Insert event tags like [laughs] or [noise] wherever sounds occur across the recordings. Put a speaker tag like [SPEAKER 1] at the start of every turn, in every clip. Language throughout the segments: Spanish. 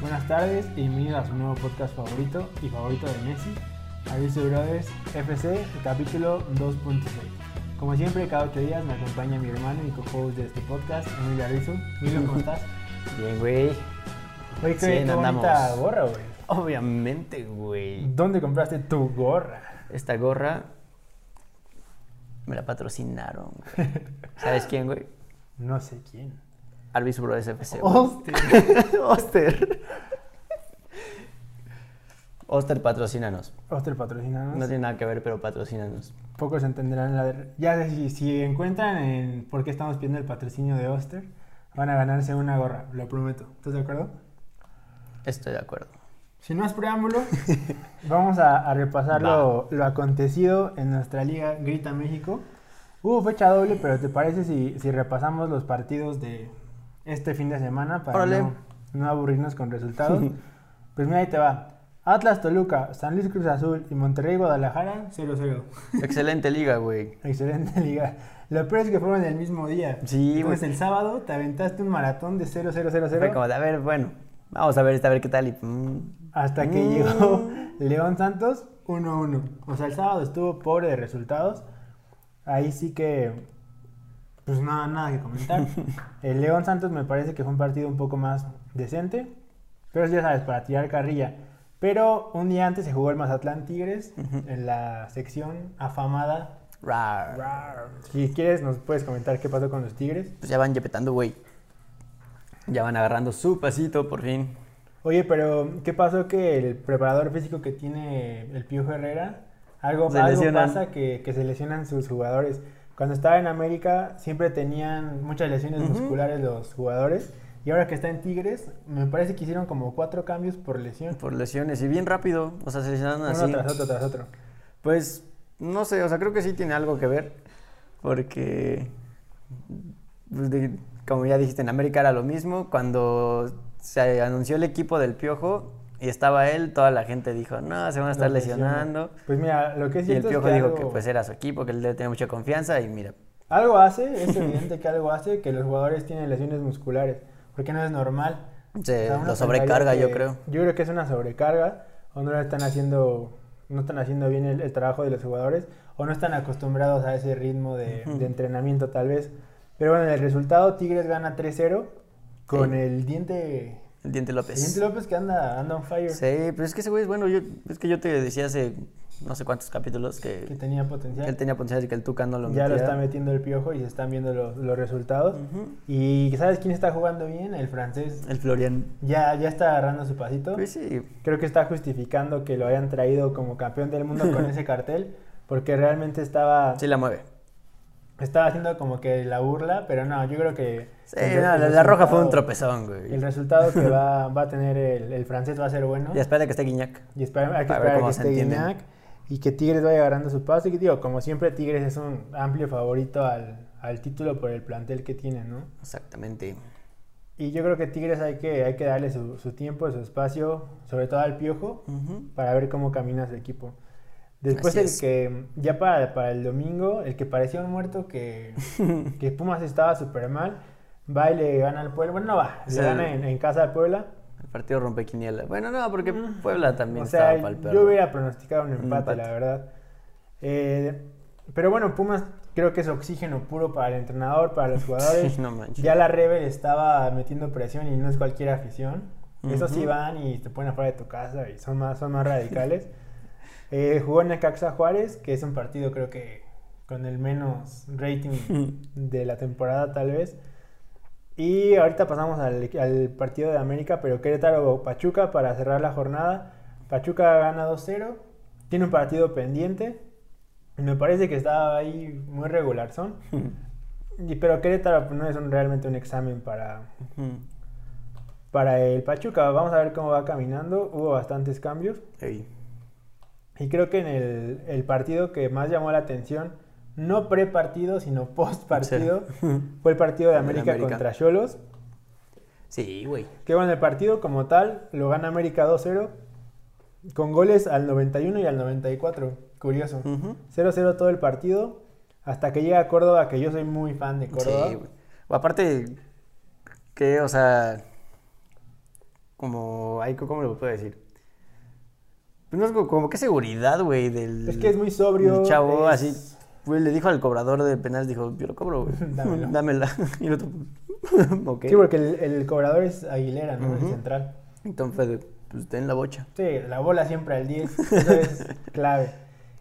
[SPEAKER 1] buenas tardes y bienvenidos a su nuevo podcast favorito y favorito de Messi, Aviso Brothers FC, capítulo 2.6. Como siempre, cada ocho días me acompaña mi hermano y co-host de este podcast, Emilio Arvizu. Emilio, ¿cómo
[SPEAKER 2] [laughs]
[SPEAKER 1] estás?
[SPEAKER 2] Bien, güey. [laughs]
[SPEAKER 1] Güey,
[SPEAKER 2] Sí,
[SPEAKER 1] qué, qué
[SPEAKER 2] andamos.
[SPEAKER 1] bonita gorra, güey.
[SPEAKER 2] Obviamente, güey.
[SPEAKER 1] ¿Dónde compraste tu gorra?
[SPEAKER 2] Esta gorra me la patrocinaron. [laughs] güey. ¿Sabes quién, güey?
[SPEAKER 1] No sé quién.
[SPEAKER 2] Arbis Brothers FC. güey.
[SPEAKER 1] Hostia.
[SPEAKER 2] [laughs] Oster. Oster, patrocínanos.
[SPEAKER 1] Hostia, patrocinanos.
[SPEAKER 2] No tiene nada que ver, pero patrocínanos.
[SPEAKER 1] Pocos entenderán la... ver- Ya si, si encuentran en por qué estamos pidiendo el patrocinio de Oster, van a ganarse una gorra, lo prometo. ¿Estás de acuerdo?
[SPEAKER 2] Estoy de acuerdo.
[SPEAKER 1] Sin más preámbulo, [laughs] vamos a, a repasar lo, lo acontecido en nuestra liga Grita México. Hubo fecha doble, pero ¿te parece si, si repasamos los partidos de este fin de semana para
[SPEAKER 2] Órale.
[SPEAKER 1] no, no aburrirnos con
[SPEAKER 2] [laughs]
[SPEAKER 1] resultados? pues mira, ahí te va. Atlas Toluca, San Luis Cruz Azul y Monterrey Guadalajara 0-0.
[SPEAKER 2] Excelente liga, güey.
[SPEAKER 1] Excelente [laughs] liga. Lo peor es que fueron el mismo día.
[SPEAKER 2] Sí,
[SPEAKER 1] Entonces
[SPEAKER 2] güey.
[SPEAKER 1] el sábado te aventaste un maratón de 0 0 0
[SPEAKER 2] Fue como de, a ver, bueno, vamos a ver esta, a ver qué tal. Y, mm,
[SPEAKER 1] hasta que
[SPEAKER 2] Mm.
[SPEAKER 1] llegó [laughs] León Santos 1-1. O sea, el sábado estuvo pobre de resultados. Ahí sí que pues nada, nada que comentar. El León Santos me parece que fue un partido un poco más decente, pero ya sabes, para tirar carrilla. Pero un día antes se jugó el Mazatlán Tigres en la sección afamada.
[SPEAKER 2] rar.
[SPEAKER 1] Si quieres nos puedes comentar qué pasó con los Tigres.
[SPEAKER 2] Pues ya van yepetando, güey. Ya van agarrando su pasito, por fin.
[SPEAKER 1] Oye, pero ¿qué pasó que el preparador físico que tiene el Piojo Herrera, algo,
[SPEAKER 2] Se
[SPEAKER 1] algo
[SPEAKER 2] lesionan.
[SPEAKER 1] pasa que, que se lesionan sus jugadores? Cuando estaba en América siempre tenían muchas lesiones
[SPEAKER 2] Ujú.
[SPEAKER 1] musculares los jugadores y ahora que está en Tigres me parece que hicieron como cuatro cambios por lesión,
[SPEAKER 2] Por lesiones y bien rápido. O sea, se lesionaron
[SPEAKER 1] uno
[SPEAKER 2] así.
[SPEAKER 1] tras otro tras otro.
[SPEAKER 2] Pues no sé, o sea, creo que sí tiene algo que ver. Porque. pues, de- como ya dijiste, en América era lo mismo. Cuando se anunció el equipo del Piojo y estaba él, toda la gente dijo: No, se van a estar
[SPEAKER 1] Los lesionan.
[SPEAKER 2] lesionando.
[SPEAKER 1] Pues mira, lo que es
[SPEAKER 2] Y el
[SPEAKER 1] cierto
[SPEAKER 2] Piojo
[SPEAKER 1] es que,
[SPEAKER 2] dijo
[SPEAKER 1] algo,
[SPEAKER 2] que pues era su equipo, que él le tenía mucha confianza. Y mira,
[SPEAKER 1] algo hace, es evidente que algo hace que los jugadores tienen lesiones musculares, porque no es normal. O
[SPEAKER 2] se
[SPEAKER 1] sea, uno
[SPEAKER 2] Eh, lo
[SPEAKER 1] pensaría
[SPEAKER 2] sobrecarga, yo
[SPEAKER 1] que-
[SPEAKER 2] creo.
[SPEAKER 1] Yo creo que es una sobrecarga, o no lo están haciendo, no están haciendo bien el, el trabajo de los jugadores, o no están acostumbrados a ese ritmo de,
[SPEAKER 2] Ujú.
[SPEAKER 1] de entrenamiento tal vez. Pero bueno, el resultado, Tigres gana 3-0 con
[SPEAKER 2] Sí.
[SPEAKER 1] el diente,
[SPEAKER 2] El Diente López.
[SPEAKER 1] el diente López que anda, anda on fire,
[SPEAKER 2] Sí, pero es que ese güey es bueno. Yo, es que yo te decía hace no sé cuántos capítulos que,
[SPEAKER 1] que tenía
[SPEAKER 2] que
[SPEAKER 1] potencial.
[SPEAKER 2] él tenía potencial y que el Tuca no lo
[SPEAKER 1] ya lo
[SPEAKER 2] metía.
[SPEAKER 1] está metiendo el piojo y se están viendo los, los resultados.
[SPEAKER 2] Ujú.
[SPEAKER 1] Y ¿sabes quién está jugando bien? El francés.
[SPEAKER 2] El Florian.
[SPEAKER 1] Ya, ya está agarrando su pasito.
[SPEAKER 2] Pues sí,
[SPEAKER 1] creo que está justificando que lo hayan traído como campeón del mundo
[SPEAKER 2] [laughs]
[SPEAKER 1] con ese cartel, porque realmente estaba,
[SPEAKER 2] sí la mueve.
[SPEAKER 1] estaba haciendo como que la burla, pero no, yo creo que...
[SPEAKER 2] Sí,
[SPEAKER 1] el re-
[SPEAKER 2] no,
[SPEAKER 1] el
[SPEAKER 2] la, la roja fue un
[SPEAKER 1] resultado-
[SPEAKER 2] tropezón,
[SPEAKER 1] El
[SPEAKER 2] güey.
[SPEAKER 1] resultado que
[SPEAKER 2] [laughs]
[SPEAKER 1] va, va a tener el, el francés va a ser bueno.
[SPEAKER 2] Y espera que esté Guiñac.
[SPEAKER 1] Y espera- hay que
[SPEAKER 2] A ver
[SPEAKER 1] esperar a
[SPEAKER 2] cómo
[SPEAKER 1] que
[SPEAKER 2] se
[SPEAKER 1] esté
[SPEAKER 2] entienden.
[SPEAKER 1] Guiñac y que Tigres vaya agarrando su paso. Y que, digo, como siempre, Tigres es un amplio favorito al, al título por el plantel que tiene, ¿no?
[SPEAKER 2] Exactamente.
[SPEAKER 1] Y yo creo que Tigres hay que, hay que darle su, su tiempo, su espacio, sobre todo al Piojo,
[SPEAKER 2] Ujú.
[SPEAKER 1] para ver cómo camina su equipo. Después
[SPEAKER 2] Así
[SPEAKER 1] el
[SPEAKER 2] es.
[SPEAKER 1] que, ya para, para el domingo, el que parecía un muerto
[SPEAKER 2] [laughs]
[SPEAKER 1] que, que Pumas estaba súper mal, va y le gana al Puebla. Bueno, no va,
[SPEAKER 2] O
[SPEAKER 1] le
[SPEAKER 2] sea,
[SPEAKER 1] gana en, en casa al Puebla.
[SPEAKER 2] El partido rompe quiniela. Bueno, no, porque Puebla también
[SPEAKER 1] o sea,
[SPEAKER 2] estaba pa'l perro.
[SPEAKER 1] yo hubiera pronosticado un
[SPEAKER 2] Un
[SPEAKER 1] empate, la
[SPEAKER 2] empate.
[SPEAKER 1] verdad. Eh, pero bueno, Pumas creo que es oxígeno puro para el entrenador, para los
[SPEAKER 2] [laughs]
[SPEAKER 1] jugadores.
[SPEAKER 2] [laughs] Sí, no manches.
[SPEAKER 1] ¿eh? ya la Rebel estaba metiendo presión y no es cualquier afición. Esos sí
[SPEAKER 2] Ujú.
[SPEAKER 1] van y te ponen afuera de tu casa y son más,
[SPEAKER 2] [laughs]
[SPEAKER 1] son más radicales. Eh, jugó Necaxa Juárez, que es un partido creo que con el menos rating
[SPEAKER 2] [laughs]
[SPEAKER 1] de la temporada tal vez. Y ahorita pasamos al, al partido de América, pero Querétaro Pachuca para cerrar la jornada. Pachuca gana 2-0, tiene un partido pendiente. Me parece que estaba ahí muy regular son. Pero Querétaro pues, no es un- realmente un examen para,
[SPEAKER 2] Ujú.
[SPEAKER 1] para el Pachuca. Vamos a ver cómo va caminando. Hubo bastantes cambios.
[SPEAKER 2] Ey.
[SPEAKER 1] Y creo que en el, el partido que más llamó la atención, no pre-partido, sino [laughs] post-partido, fue el partido de
[SPEAKER 2] El de
[SPEAKER 1] América,
[SPEAKER 2] América.
[SPEAKER 1] contra Cholos.
[SPEAKER 2] [laughs] Sí, güey.
[SPEAKER 1] Que bueno, el partido como tal lo gana América 2-0, con goles al 91 y al 94. Curioso.
[SPEAKER 2] Ujú.
[SPEAKER 1] 0-0 todo el partido, hasta que llega a Córdoba, que yo soy muy fan de Córdoba.
[SPEAKER 2] Sí, güey. O aparte, que, o sea, como, ay, ¿cómo lo puedo decir? Pues no es como, como qué seguridad, güey, del...
[SPEAKER 1] Es que es muy sobrio.
[SPEAKER 2] El chavo
[SPEAKER 1] es-
[SPEAKER 2] así, güey, le dijo al cobrador de penal, dijo, yo lo cobro, güey.
[SPEAKER 1] [laughs] Dámelo.
[SPEAKER 2] [laughs] Dámela. Y el otro, [laughs] ok.
[SPEAKER 1] Sí, porque el, el cobrador es Aguilera, ¿no? El
[SPEAKER 2] Ujú.
[SPEAKER 1] central.
[SPEAKER 2] Entonces fue de, pues ten la bocha.
[SPEAKER 1] Sí, la bola siempre al 10, eso [laughs] es clave.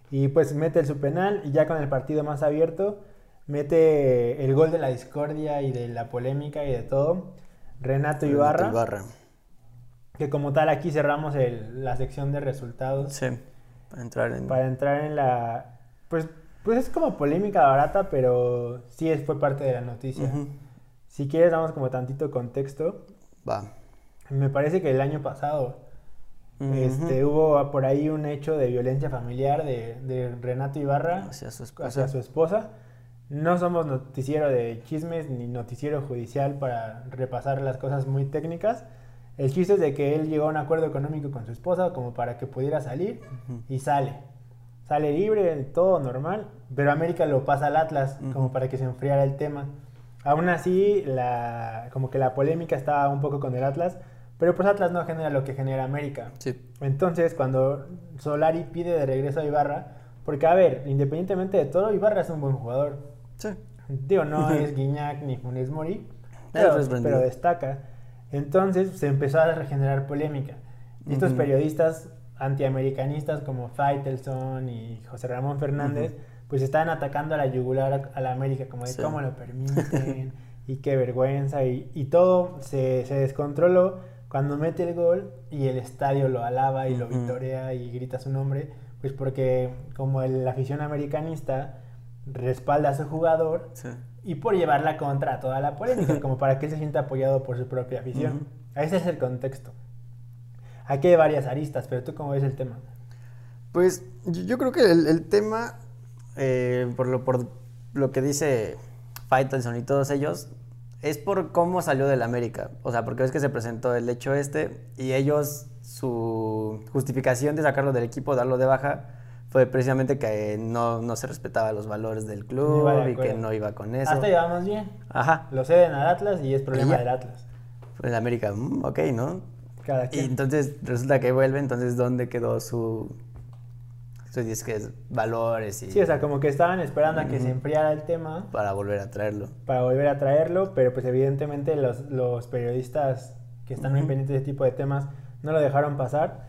[SPEAKER 1] Y pues mete el su penal y ya con el partido más abierto, mete el gol de la discordia y de la polémica y de todo. Renato Ibarra,
[SPEAKER 2] Ibarra.
[SPEAKER 1] que como tal aquí cerramos el- la sección de resultados
[SPEAKER 2] Sí, para entrar en...
[SPEAKER 1] para entrar en la... Pues, pues es como polémica barata, pero sí es- fue parte de la noticia.
[SPEAKER 2] Ujú.
[SPEAKER 1] Si quieres damos como tantito contexto.
[SPEAKER 2] Va.
[SPEAKER 1] Me parece que el año pasado
[SPEAKER 2] Ujú.
[SPEAKER 1] Este, hubo por ahí un hecho de violencia familiar de, de Renato Ibarra
[SPEAKER 2] Hacia su esposa.
[SPEAKER 1] hacia su esposa. No somos noticiero de chismes ni noticiero judicial para repasar las cosas muy técnicas. El chiste es de que él llegó a un acuerdo económico con su esposa como para que pudiera salir
[SPEAKER 2] Ujú.
[SPEAKER 1] y sale. Sale libre, todo normal, pero América lo pasa al Atlas como
[SPEAKER 2] Ujú.
[SPEAKER 1] para que se enfriara el tema. Aún así, la, como que la polémica estaba un poco con el Atlas, pero pues Atlas no genera lo que genera América.
[SPEAKER 2] Sí.
[SPEAKER 1] Entonces, cuando Solari pide de regreso a Ibarra, porque a ver, independientemente de todo, Ibarra es un buen jugador.
[SPEAKER 2] Sí.
[SPEAKER 1] Digo, no es Guiñac ni Funes
[SPEAKER 2] [laughs]
[SPEAKER 1] Mori,
[SPEAKER 2] Pero
[SPEAKER 1] pero,
[SPEAKER 2] es rendido.
[SPEAKER 1] pero destaca. Entonces se empezó a generar polémica. Y estos
[SPEAKER 2] Ujú.
[SPEAKER 1] periodistas antiamericanistas como Faitelson y José Ramón Fernández, pues estaban atacando a la yugular a- a la América, como de
[SPEAKER 2] Sí.
[SPEAKER 1] cómo lo
[SPEAKER 2] [laughs]
[SPEAKER 1] permiten y qué vergüenza. Y, y todo se, se descontroló cuando mete el gol y el estadio lo alaba y lo
[SPEAKER 2] Ujú.
[SPEAKER 1] vitorea y grita su nombre, pues porque como el- la afición americanista respalda a su jugador,
[SPEAKER 2] Sí.
[SPEAKER 1] y por llevarla contra a toda la
[SPEAKER 2] [laughs]
[SPEAKER 1] polémica, como para que él se sienta apoyado por su propia afición. Ese es el contexto. Aquí hay varias aristas, pero tú cómo ves el tema.
[SPEAKER 2] Pues yo, yo creo que el, el tema, eh, por, lo, por lo que dice Faitelson y todos ellos, es por cómo salió del América. O sea, porque ves que se presentó el hecho este y ellos, su justificación de sacarlo del equipo, darlo de baja, fue precisamente que eh, no, no se respetaba los valores del club
[SPEAKER 1] iba de
[SPEAKER 2] y que
[SPEAKER 1] acuerdo.
[SPEAKER 2] no iba con eso.
[SPEAKER 1] Hasta llevamos bien.
[SPEAKER 2] Ajá.
[SPEAKER 1] Lo ceden al Atlas y es problema
[SPEAKER 2] Ya.
[SPEAKER 1] del Atlas.
[SPEAKER 2] El América, mm, ok, ¿no?
[SPEAKER 1] Cada
[SPEAKER 2] Y
[SPEAKER 1] quien.
[SPEAKER 2] entonces resulta que vuelve, entonces ¿dónde quedó su... su disque, valores y...
[SPEAKER 1] Sí, o sea, como que estaban esperando a que se enfriara el tema
[SPEAKER 2] para volver a traerlo.
[SPEAKER 1] para volver a traerlo, pero pues evidentemente los, los periodistas que están muy pendientes de este tipo de temas no lo dejaron pasar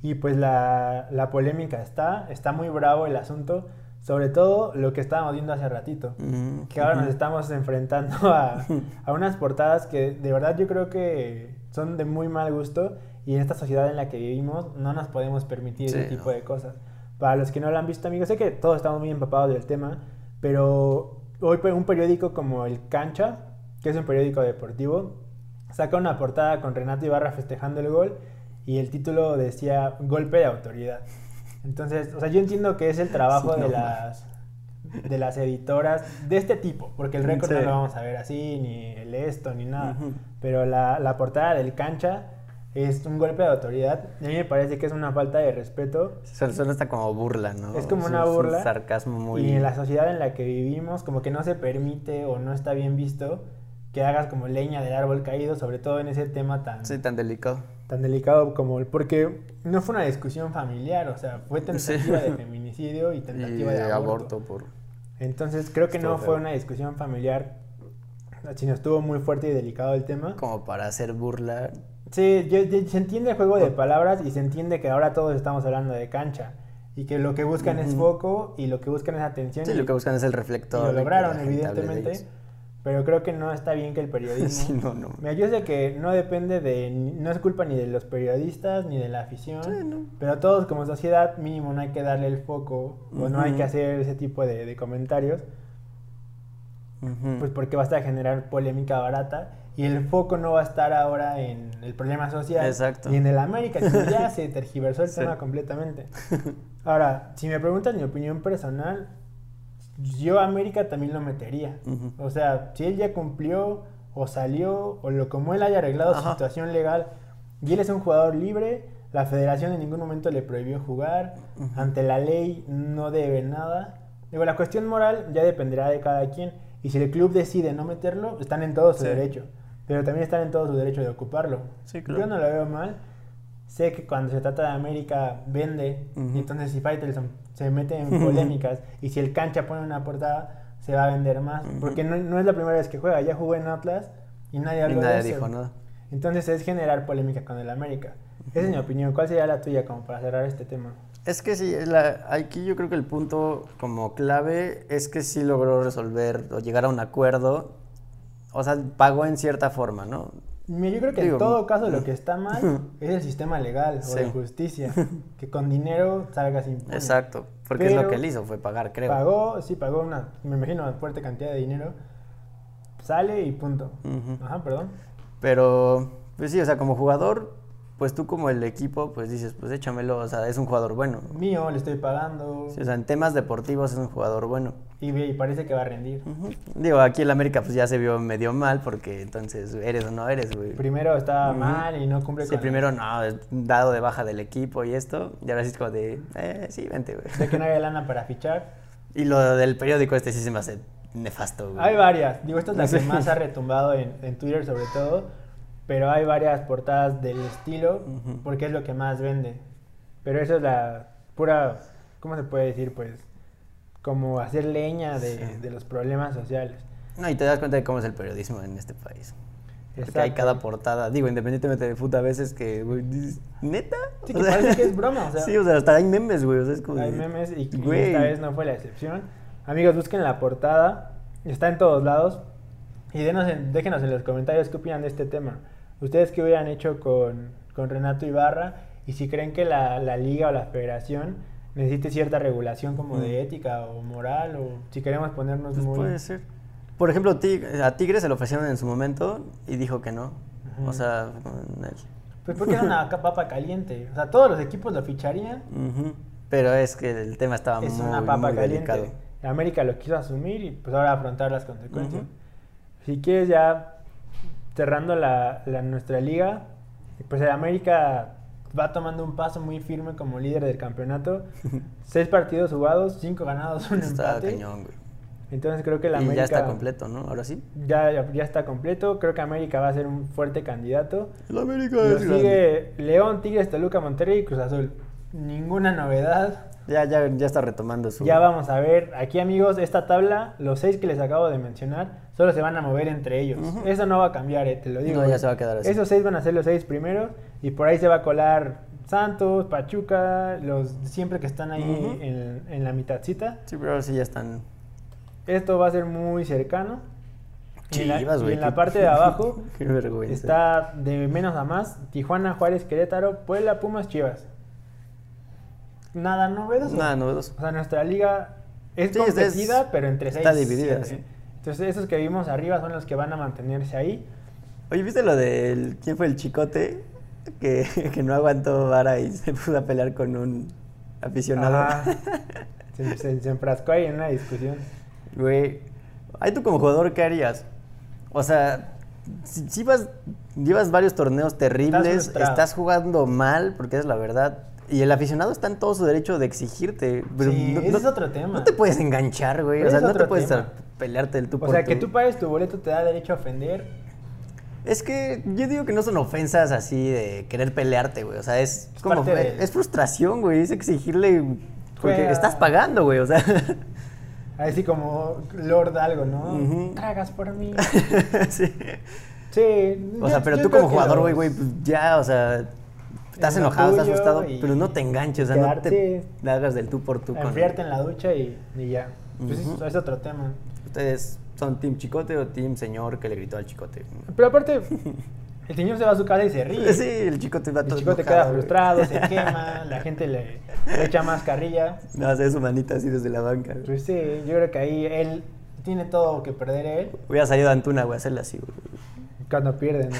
[SPEAKER 1] y pues la, la polémica está, está muy bravo el asunto, sobre todo lo que estábamos viendo hace ratito,
[SPEAKER 2] Mm, Ujú.
[SPEAKER 1] que ahora nos estamos enfrentando a, a unas portadas que de verdad yo creo que son de muy mal gusto y en esta sociedad en la que vivimos no nos podemos permitir
[SPEAKER 2] Sí,
[SPEAKER 1] ese tipo
[SPEAKER 2] no.
[SPEAKER 1] de cosas. Para los que no lo han visto, amigos, sé que todos estamos muy empapados del tema, pero hoy pe- un periódico como El Cancha, que es un periódico deportivo, saca una portada con Renato Ibarra festejando el gol y el título decía golpe de autoridad. Entonces, o sea, yo entiendo que es el trabajo
[SPEAKER 2] Sí,
[SPEAKER 1] de
[SPEAKER 2] no,
[SPEAKER 1] las de las editoras de este tipo, porque el récord
[SPEAKER 2] Sí.
[SPEAKER 1] no lo vamos a ver así, ni el esto, ni nada.
[SPEAKER 2] Ujú.
[SPEAKER 1] Pero la, la portada del cancha es un golpe de autoridad. Y a mí me parece que es una falta de respeto.
[SPEAKER 2] Solo, solo está como burla, ¿no?
[SPEAKER 1] Es como una burla.
[SPEAKER 2] sarcasmo muy...
[SPEAKER 1] Y en la sociedad en la que vivimos, como que no se permite o no está bien visto que hagas como leña del árbol caído, sobre todo en ese tema tan,
[SPEAKER 2] Sí, tan delicado.
[SPEAKER 1] tan delicado como el... Porque no fue una discusión familiar, o sea, fue tentativa
[SPEAKER 2] [laughs] Sí.
[SPEAKER 1] de feminicidio y
[SPEAKER 2] Y
[SPEAKER 1] tentativa de aborto.
[SPEAKER 2] por...
[SPEAKER 1] Entonces creo que
[SPEAKER 2] Estuvo
[SPEAKER 1] no fue
[SPEAKER 2] feo.
[SPEAKER 1] una discusión familiar, sino estuvo muy fuerte y delicado el tema.
[SPEAKER 2] Como para hacer burla.
[SPEAKER 1] Sí, yo- yo- se entiende el juego de palabras y se entiende que ahora todos estamos hablando de cancha y que lo que buscan es
[SPEAKER 2] Ujú.
[SPEAKER 1] foco y lo que buscan es atención
[SPEAKER 2] Sí,
[SPEAKER 1] y,
[SPEAKER 2] lo que buscan es el
[SPEAKER 1] y
[SPEAKER 2] reflector.
[SPEAKER 1] lo
[SPEAKER 2] y que
[SPEAKER 1] lograron
[SPEAKER 2] la gente hable de
[SPEAKER 1] evidentemente, pero creo que no está bien que el periodismo...
[SPEAKER 2] ellos. [laughs] Sí, no, no.
[SPEAKER 1] Mira, yo sé que no depende de, no es culpa ni de los periodistas ni de la afición,
[SPEAKER 2] Sí, no.
[SPEAKER 1] pero todos como sociedad mínimo no hay que darle el foco o no hay
[SPEAKER 2] Ujú.
[SPEAKER 1] que hacer ese tipo de- de comentarios
[SPEAKER 2] Ujú.
[SPEAKER 1] pues porque va a estar generar polémica barata y el foco no va a estar ahora en el problema social
[SPEAKER 2] Exacto.
[SPEAKER 1] ni en el América, sino
[SPEAKER 2] [laughs]
[SPEAKER 1] ya se tergiversó el
[SPEAKER 2] Sí.
[SPEAKER 1] tema completamente. Ahora, si me preguntas mi opinión personal, yo a América también lo metería.
[SPEAKER 2] Ujú.
[SPEAKER 1] O sea, si él ya cumplió o salió o lo como él haya arreglado su
[SPEAKER 2] Ajá.
[SPEAKER 1] situación legal y él es un jugador libre, la federación en ningún momento le prohibió jugar,
[SPEAKER 2] Ujú.
[SPEAKER 1] ante la ley no debe nada. Digo, la cuestión moral ya dependerá de cada quien y si el club decide no meterlo, están en todo su
[SPEAKER 2] Sí.
[SPEAKER 1] derecho. pero también están en todo su derecho de ocuparlo.
[SPEAKER 2] Sí,
[SPEAKER 1] Yo no
[SPEAKER 2] claro.
[SPEAKER 1] lo veo mal. Sé que cuando se trata de América vende,
[SPEAKER 2] Ujú.
[SPEAKER 1] y entonces si Faitelson se mete
[SPEAKER 2] [laughs]
[SPEAKER 1] en polémicas y si el cancha pone una portada, se va a vender más.
[SPEAKER 2] Ujú.
[SPEAKER 1] Porque no, no es la primera vez que juega, ya jugó en Atlas y nadie
[SPEAKER 2] Y
[SPEAKER 1] habló de
[SPEAKER 2] nadie
[SPEAKER 1] eso.
[SPEAKER 2] dijo nada.
[SPEAKER 1] Entonces es generar polémica con el América. Esa es mi opinión. ¿Cuál sería la tuya como para cerrar este tema?
[SPEAKER 2] Es que sí, es la- aquí yo creo que el punto como clave es que sí logró resolver o llegar a un acuerdo. O sea, pagó en cierta forma, ¿no?
[SPEAKER 1] Mira, yo creo que
[SPEAKER 2] Digo,
[SPEAKER 1] en todo caso lo que está
[SPEAKER 2] [laughs]
[SPEAKER 1] mal es el sistema legal o de
[SPEAKER 2] Sí.
[SPEAKER 1] justicia.
[SPEAKER 2] [laughs]
[SPEAKER 1] Que con dinero salgas impune.
[SPEAKER 2] Exacto. Porque es lo
[SPEAKER 1] Pero-
[SPEAKER 2] que él hizo, fue pagar, creo.
[SPEAKER 1] Pagó, sí, pagó una, me imagino, una fuerte cantidad de dinero. Sale y punto.
[SPEAKER 2] Ujú.
[SPEAKER 1] Ajá, perdón.
[SPEAKER 2] Pero, pues sí, o sea, como jugador, pues tú como el equipo, pues dices, pues échamelo, o sea, es un jugador bueno.
[SPEAKER 1] Mío, le estoy pagando.
[SPEAKER 2] Sí, o sea, en temas deportivos es un jugador bueno.
[SPEAKER 1] Y, ve- y parece que va a rendir.
[SPEAKER 2] Ujú. Digo, aquí el América pues ya se vio medio mal porque entonces eres o no eres, güey.
[SPEAKER 1] Primero estaba
[SPEAKER 2] Ujú.
[SPEAKER 1] mal y no cumple
[SPEAKER 2] Sí,
[SPEAKER 1] con...
[SPEAKER 2] primero no, es dado de baja del equipo y esto, y ahora sí es como de, eh, sí, vente, güey.
[SPEAKER 1] De que no había lana para fichar.
[SPEAKER 2] [laughs] Y lo del periódico este sí se me hace nefasto, güey.
[SPEAKER 1] Hay varias. Digo, esta es la que
[SPEAKER 2] Sí.
[SPEAKER 1] más ha retumbado en, en Twitter sobre todo. Pero hay varias portadas del estilo
[SPEAKER 2] Ujú.
[SPEAKER 1] porque es lo que más vende. Pero eso es la pura... ¿Cómo se puede decir? Pues como hacer leña de,
[SPEAKER 2] Sí.
[SPEAKER 1] de los problemas sociales.
[SPEAKER 2] No, y te das cuenta de cómo es el periodismo en este país. Porque hay
[SPEAKER 1] Exacto.
[SPEAKER 2] cada portada, digo, independientemente de puta, a veces que, güey, dices, ¿neta?
[SPEAKER 1] Sí, que parece que
[SPEAKER 2] [laughs]
[SPEAKER 1] es broma, o sea.
[SPEAKER 2] Sí, o sea, hasta hay memes, güey, o sea, es como
[SPEAKER 1] Hay
[SPEAKER 2] de,
[SPEAKER 1] memes y, y
[SPEAKER 2] güey.
[SPEAKER 1] esta vez no fue la excepción. Amigos, busquen la portada. Está en todos lados. Y denos en- déjenos en los comentarios qué opinan de este tema. Ustedes qué hubieran hecho con, con Renato Ibarra y si creen que la, la liga o la federación necesite cierta regulación como
[SPEAKER 2] Mm.
[SPEAKER 1] de ética o moral o si queremos ponernos
[SPEAKER 2] Pues
[SPEAKER 1] muy...
[SPEAKER 2] puede ser. Por ejemplo, Tig- a Tigres se lo ofrecieron en su momento y dijo que no.
[SPEAKER 1] Ujú.
[SPEAKER 2] O sea, con él.
[SPEAKER 1] Pues porque era
[SPEAKER 2] [laughs]
[SPEAKER 1] una ca- papa caliente. O sea, todos los equipos lo ficharían.
[SPEAKER 2] Ujú. Pero es que el tema estaba
[SPEAKER 1] es
[SPEAKER 2] muy,
[SPEAKER 1] una papa
[SPEAKER 2] muy
[SPEAKER 1] caliente.
[SPEAKER 2] delicado.
[SPEAKER 1] América lo quiso asumir y pues ahora afrontar las consecuencias.
[SPEAKER 2] Ujú.
[SPEAKER 1] Si quieres ya cerrando la, la- nuestra liga, pues el América va tomando un paso muy firme como líder del
[SPEAKER 2] [laughs]
[SPEAKER 1] campeonato. Seis partidos jugados, cinco ganados, un
[SPEAKER 2] Está
[SPEAKER 1] empate.
[SPEAKER 2] cañón, güey.
[SPEAKER 1] Entonces creo que el
[SPEAKER 2] Y
[SPEAKER 1] América
[SPEAKER 2] ya está completo, ¿no? Ahora sí.
[SPEAKER 1] Ya, ya- ya está completo. Creo que América va a ser un fuerte candidato.
[SPEAKER 2] El América
[SPEAKER 1] Lo sigue León, Tigres, Toluca, Monterrey y Cruz Azul. Ninguna novedad.
[SPEAKER 2] Ya, ya, ya está retomando su.
[SPEAKER 1] Ya vamos a ver, aquí amigos, esta tabla, los seis que les acabo de mencionar, solo se van a mover entre ellos.
[SPEAKER 2] Ujú.
[SPEAKER 1] Eso no va a cambiar, eh, te lo digo.
[SPEAKER 2] No, ya
[SPEAKER 1] eh.
[SPEAKER 2] se va a quedar así.
[SPEAKER 1] Esos seis van a ser los seis primeros y por ahí se va a colar Santos, Pachuca, los siempre que están ahí
[SPEAKER 2] Ujú.
[SPEAKER 1] en, en la mitadcita.
[SPEAKER 2] Sí, pero ahora sí ya están.
[SPEAKER 1] Esto va a ser muy cercano. Y en la-
[SPEAKER 2] Chivas,
[SPEAKER 1] y
[SPEAKER 2] güey,
[SPEAKER 1] en la
[SPEAKER 2] qué-
[SPEAKER 1] parte
[SPEAKER 2] [laughs]
[SPEAKER 1] de abajo
[SPEAKER 2] Qué vergüenza.
[SPEAKER 1] está de menos a más Tijuana, Juárez, Querétaro, Puebla, Pumas, Chivas. Nada novedoso.
[SPEAKER 2] Nada novedoso.
[SPEAKER 1] O sea, nuestra liga es
[SPEAKER 2] Sí, es-
[SPEAKER 1] competida,
[SPEAKER 2] es-
[SPEAKER 1] pero entre seis.
[SPEAKER 2] está dividida,
[SPEAKER 1] siete.
[SPEAKER 2] sí.
[SPEAKER 1] Entonces, esos que vimos arriba son los que van a mantenerse ahí.
[SPEAKER 2] Oye, ¿viste lo del. ¿Quién fue el chicote? Que, [laughs] que no aguantó vara y se puso a pelear con un aficionado.
[SPEAKER 1] Ajá. Ah, se, se- se enfrascó ahí en una discusión.
[SPEAKER 2] [laughs] Güey, ahí tú como jugador, ¿qué harías? O sea, si, si vas, llevas varios torneos terribles,
[SPEAKER 1] frustrado.
[SPEAKER 2] estás, jugando mal, porque es la verdad. Y el aficionado está en todo su derecho de exigirte. Pero
[SPEAKER 1] Sí,
[SPEAKER 2] no,
[SPEAKER 1] ese
[SPEAKER 2] no-
[SPEAKER 1] es otro tema.
[SPEAKER 2] No te puedes enganchar, güey.
[SPEAKER 1] Pero
[SPEAKER 2] o sea,
[SPEAKER 1] ese
[SPEAKER 2] no
[SPEAKER 1] es
[SPEAKER 2] te
[SPEAKER 1] otro
[SPEAKER 2] puedes
[SPEAKER 1] tema.
[SPEAKER 2] a- pelearte el tú
[SPEAKER 1] o
[SPEAKER 2] por
[SPEAKER 1] sea, que
[SPEAKER 2] tú.
[SPEAKER 1] tú pagues tu boleto te da derecho a ofender.
[SPEAKER 2] Es que yo digo que no son ofensas así de querer pelearte, güey. O sea, es,
[SPEAKER 1] Es
[SPEAKER 2] como.
[SPEAKER 1] parte de-
[SPEAKER 2] Es frustración, güey. Es exigirle. Porque
[SPEAKER 1] Juega.
[SPEAKER 2] estás pagando, güey. O sea. [laughs]
[SPEAKER 1] Así como Lord algo, ¿no?
[SPEAKER 2] Ujú.
[SPEAKER 1] Tragas por
[SPEAKER 2] [laughs]
[SPEAKER 1] mí.
[SPEAKER 2] sí.
[SPEAKER 1] Sí.
[SPEAKER 2] O
[SPEAKER 1] yo-
[SPEAKER 2] sea, pero
[SPEAKER 1] yo
[SPEAKER 2] tú
[SPEAKER 1] creo
[SPEAKER 2] como
[SPEAKER 1] que
[SPEAKER 2] jugador,
[SPEAKER 1] los-
[SPEAKER 2] güey, güey, pues ya, o sea, estás
[SPEAKER 1] en lo
[SPEAKER 2] enojado, estás
[SPEAKER 1] tuyo
[SPEAKER 2] asustado,
[SPEAKER 1] y-
[SPEAKER 2] pero no te enganches, o sea, no te
[SPEAKER 1] quedarte-
[SPEAKER 2] le hagas del tú por tú con...
[SPEAKER 1] Enfriarte en la ducha y, y ya. Pues es-
[SPEAKER 2] Ujú.
[SPEAKER 1] es otro tema.
[SPEAKER 2] ¿Ustedes son team chicote o team señor que le gritó al chicote?
[SPEAKER 1] Pero
[SPEAKER 2] [laughs]
[SPEAKER 1] aparte, el señor se va a su casa y se ríe.
[SPEAKER 2] Sí, el chicote va
[SPEAKER 1] El
[SPEAKER 2] todo
[SPEAKER 1] chico te
[SPEAKER 2] enojado,
[SPEAKER 1] queda
[SPEAKER 2] güey.
[SPEAKER 1] frustrado,
[SPEAKER 2] [laughs]
[SPEAKER 1] se quema, la gente le, le echa más carrilla.
[SPEAKER 2] No, hace su manita así desde la banca. güey.
[SPEAKER 1] Pues sí, yo creo que ahí él tiene todo que perder él
[SPEAKER 2] Hubiera salido Antuna, güey, a hacerla así, güey.
[SPEAKER 1] cuando pierden.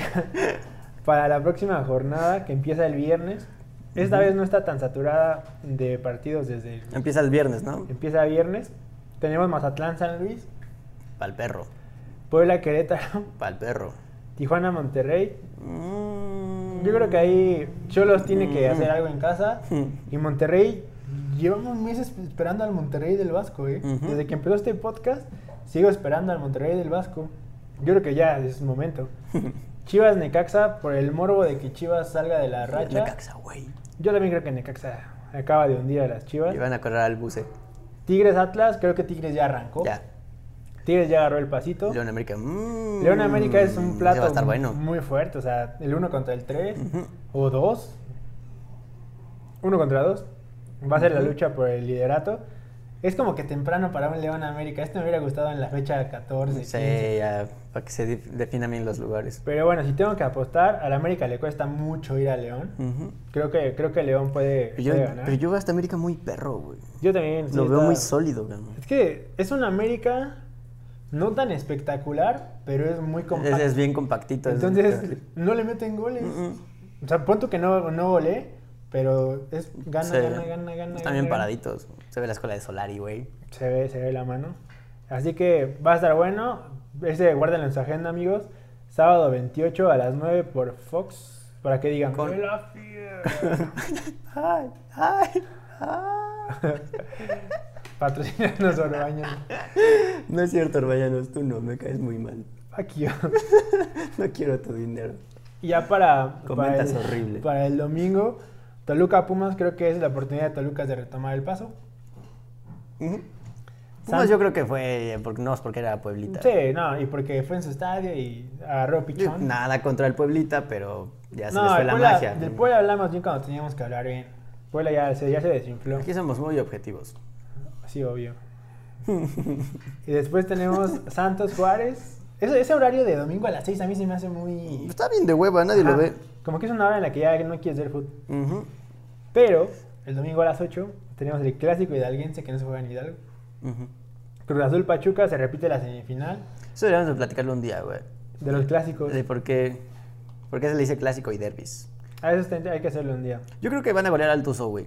[SPEAKER 2] [laughs]
[SPEAKER 1] para la próxima jornada que empieza el viernes, esta
[SPEAKER 2] Ujú.
[SPEAKER 1] vez no está tan saturada de partidos desde el-
[SPEAKER 2] Empieza el viernes, ¿no?
[SPEAKER 1] empieza viernes. Tenemos Mazatlán San Luis,
[SPEAKER 2] Pa'l perro,
[SPEAKER 1] Puebla Querétaro, [laughs]
[SPEAKER 2] pa'l perro.
[SPEAKER 1] Tijuana Monterrey.
[SPEAKER 2] Mm.
[SPEAKER 1] Yo creo que ahí Cholos tiene que
[SPEAKER 2] Ujú.
[SPEAKER 1] hacer algo en casa.
[SPEAKER 2] [laughs]
[SPEAKER 1] Y Monterrey, llevamos meses esperando al Monterrey del Vasco, ¿eh?
[SPEAKER 2] Ujú.
[SPEAKER 1] Desde que empezó este podcast, sigo esperando al Monterrey del Vasco. Yo creo que ya es momento. Chivas Necaxa, por el morbo de que Chivas salga de la racha.
[SPEAKER 2] Necaxa, güey.
[SPEAKER 1] Yo también creo que Necaxa acaba de hundir a las Chivas.
[SPEAKER 2] Y van a correr al buce.
[SPEAKER 1] Tigres Atlas, creo que Tigres ya arrancó.
[SPEAKER 2] Ya.
[SPEAKER 1] Tigres ya agarró el pasito.
[SPEAKER 2] León América. mm,
[SPEAKER 1] León América es
[SPEAKER 2] ese
[SPEAKER 1] un plato
[SPEAKER 2] Va a estar
[SPEAKER 1] mu-
[SPEAKER 2] bueno.
[SPEAKER 1] muy fuerte, o sea, el 1 contra el 3
[SPEAKER 2] Ujú.
[SPEAKER 1] o 2. 1 contra 2. Va a ser la
[SPEAKER 2] Ujú.
[SPEAKER 1] lucha por el liderato. Es como que temprano para un León América. Este me hubiera gustado en la fecha 14. 15.
[SPEAKER 2] Sí, ya, para que se dif- definan bien los lugares.
[SPEAKER 1] Pero bueno, si tengo que apostar, al América le cuesta mucho ir a León.
[SPEAKER 2] Ujú.
[SPEAKER 1] Creo que, creo que León puede,
[SPEAKER 2] Pero yo,
[SPEAKER 1] puede ganar.
[SPEAKER 2] pero yo veo hasta América muy perro, güey.
[SPEAKER 1] Yo también. sí,
[SPEAKER 2] Lo veo
[SPEAKER 1] está-
[SPEAKER 2] muy sólido, güey.
[SPEAKER 1] Es que es un América no tan espectacular, pero es muy
[SPEAKER 2] Es,
[SPEAKER 1] compacto.
[SPEAKER 2] es bien compactito. es-
[SPEAKER 1] Entonces, no le meten goles.
[SPEAKER 2] Mm, mm.
[SPEAKER 1] O sea, punto que no, no volé, pero es gana,
[SPEAKER 2] Se-
[SPEAKER 1] gana, gana, gana.
[SPEAKER 2] Están
[SPEAKER 1] gana,
[SPEAKER 2] bien
[SPEAKER 1] gana.
[SPEAKER 2] paraditos. Se ve la escuela de
[SPEAKER 1] [laughs]
[SPEAKER 2] Solari, güey.
[SPEAKER 1] Se ve, se ve la mano. Así que va a estar bueno. Ese guárdenlo en su agenda, amigos. Sábado 28 a las 9 por Fox. Para que digan.
[SPEAKER 2] Con-
[SPEAKER 1] "Fue la fiera".
[SPEAKER 2] Ay, ay, ay.
[SPEAKER 1] [laughs] Patrocínanos Orbaño.
[SPEAKER 2] No es cierto, Orbañanos, tú no, me caes muy mal.
[SPEAKER 1] Fuck you.
[SPEAKER 2] No quiero tu dinero.
[SPEAKER 1] Y ya para, para,
[SPEAKER 2] Comentas
[SPEAKER 1] el,
[SPEAKER 2] horrible.
[SPEAKER 1] para el domingo, Toluca Pumas creo que es la oportunidad de Toluca de retomar el paso.
[SPEAKER 2] Ujú.
[SPEAKER 1] San-
[SPEAKER 2] Pumas yo creo que fue, eh, porque, no, es porque era Pueblita.
[SPEAKER 1] Sí, no, y porque fue en su estadio y agarró
[SPEAKER 2] Yo-
[SPEAKER 1] pichón.
[SPEAKER 2] Nada contra el Pueblita, pero ya se
[SPEAKER 1] no,
[SPEAKER 2] les fue
[SPEAKER 1] el
[SPEAKER 2] la
[SPEAKER 1] Puebla-
[SPEAKER 2] magia.
[SPEAKER 1] Del Puebla hablamos bien cuando teníamos que hablar bien. Puebla ya se, ya se desinfló.
[SPEAKER 2] Aquí somos muy objetivos.
[SPEAKER 1] Sí, obvio. y después tenemos Santos Juárez. Ese, ese horario de domingo a las 6 a mí se me hace muy...
[SPEAKER 2] Pues Está bien de hueva, nadie lo
[SPEAKER 1] Ajá,
[SPEAKER 2] ve.
[SPEAKER 1] Como que es una hora en la que ya no quieres ver fútbol.
[SPEAKER 2] Ujú,
[SPEAKER 1] Pero el domingo a las 8 tenemos el clásico hidalguense que no se juega en Hidalgo.
[SPEAKER 2] ujú.
[SPEAKER 1] Cruz Azul Pachuca se repite la semifinal
[SPEAKER 2] Eso deberíamos de platicarlo un día, güey.
[SPEAKER 1] de los clásicos.
[SPEAKER 2] De por qué, por qué se le dice clásico y derbis.
[SPEAKER 1] A eso ten- hay que hacerlo un día.
[SPEAKER 2] Yo creo que van a golear al Tuzo, güey.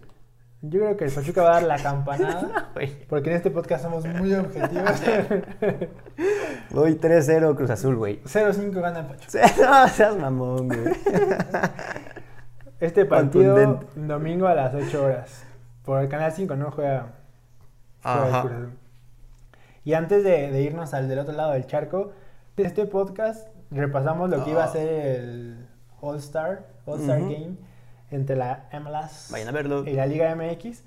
[SPEAKER 1] Yo creo que el Pachuca va a dar la campanada.
[SPEAKER 2] Güey.
[SPEAKER 1] Porque en este podcast somos muy objetivos. [laughs]
[SPEAKER 2] 3 3-0 Cruz Azul, güey. [laughs]
[SPEAKER 1] 0-5 gana el Pachuca.
[SPEAKER 2] No seas mamón, güey.
[SPEAKER 1] Este partido
[SPEAKER 2] Contundente.
[SPEAKER 1] domingo a las 8 horas. Por el Canal 5 no juega, juega el Cruz Azul. Y antes de, de irnos al del otro lado del charco, de este podcast repasamos lo que iba a
[SPEAKER 2] Ah.
[SPEAKER 1] ser el All Star, All Star
[SPEAKER 2] Ujú.
[SPEAKER 1] Game entre la MLS
[SPEAKER 2] Vayan a verlo.
[SPEAKER 1] y la Liga MX.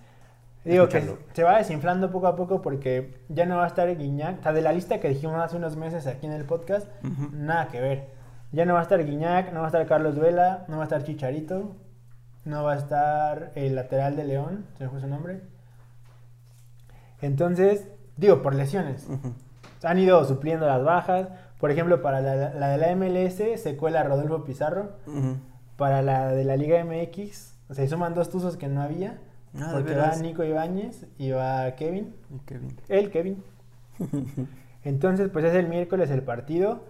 [SPEAKER 1] Digo que
[SPEAKER 2] Escucharlo.
[SPEAKER 1] se va desinflando poco a poco porque ya no va a estar Guiñac. O sea, de la lista que dijimos hace unos meses aquí en el podcast,
[SPEAKER 2] Ujú.
[SPEAKER 1] nada que ver. Ya no va a estar Guiñac, no va a estar Carlos Vela, no va a estar Chicharito, no va a estar el lateral de León, se me fue su nombre. Entonces, digo, por lesiones.
[SPEAKER 2] Ujú.
[SPEAKER 1] Han ido supliendo las bajas. Por ejemplo, para la, la de la MLS se cuela Rodolfo Pizarro.
[SPEAKER 2] Ujú.
[SPEAKER 1] Para la de la Liga MX se suman dos tuzos que no había.
[SPEAKER 2] Ah, ¿de
[SPEAKER 1] porque va
[SPEAKER 2] veras?
[SPEAKER 1] Nico Ibáñez y va Kevin.
[SPEAKER 2] Y Kevin.
[SPEAKER 1] El Kevin. Entonces, pues es el miércoles el partido.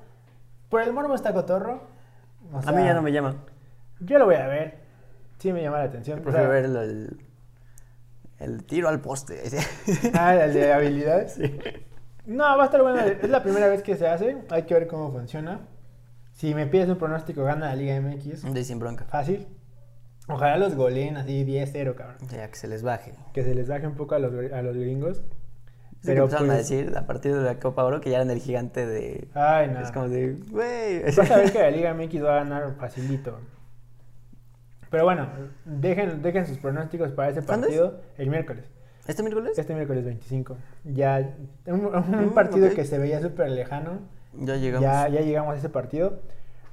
[SPEAKER 1] Por el morbo está cotorro. O
[SPEAKER 2] [laughs] a mí
[SPEAKER 1] sea,
[SPEAKER 2] ya no me llama.
[SPEAKER 1] Yo lo voy a ver. Sí me llama la atención.
[SPEAKER 2] Yo
[SPEAKER 1] o sea,
[SPEAKER 2] prefiero ver el, el- el tiro al poste.
[SPEAKER 1] [laughs]
[SPEAKER 2] [laughs]
[SPEAKER 1] Ah, el de habilidades.
[SPEAKER 2] Sí.
[SPEAKER 1] No, va a estar bueno. Es la primera vez que se hace. Hay que ver cómo funciona. Si me pides un pronóstico, gana la Liga MX.
[SPEAKER 2] De sin bronca.
[SPEAKER 1] Fácil. Ojalá los goleen así 10-0, cabrón.
[SPEAKER 2] Ya que se les baje.
[SPEAKER 1] Que se les baje un poco a los, a los gringos.
[SPEAKER 2] Pero
[SPEAKER 1] Pero
[SPEAKER 2] empezaron a
[SPEAKER 1] pues-
[SPEAKER 2] decir a partir de la Copa Oro que ya eran el gigante de.
[SPEAKER 1] Ay, no.
[SPEAKER 2] Es como de. Güey.
[SPEAKER 1] Vas a ver que la Liga MX va a ganar facilito. Pero bueno, dejen, dejen sus pronósticos para ese
[SPEAKER 2] ¿Cuándo es?
[SPEAKER 1] partido el miércoles.
[SPEAKER 2] [laughs] ¿Este miércoles?
[SPEAKER 1] Este miércoles 25. Ya, un, un
[SPEAKER 2] Mm,
[SPEAKER 1] partido
[SPEAKER 2] ok.
[SPEAKER 1] que se veía súper lejano.
[SPEAKER 2] Ya llegamos.
[SPEAKER 1] Ya, ya llegamos a ese partido.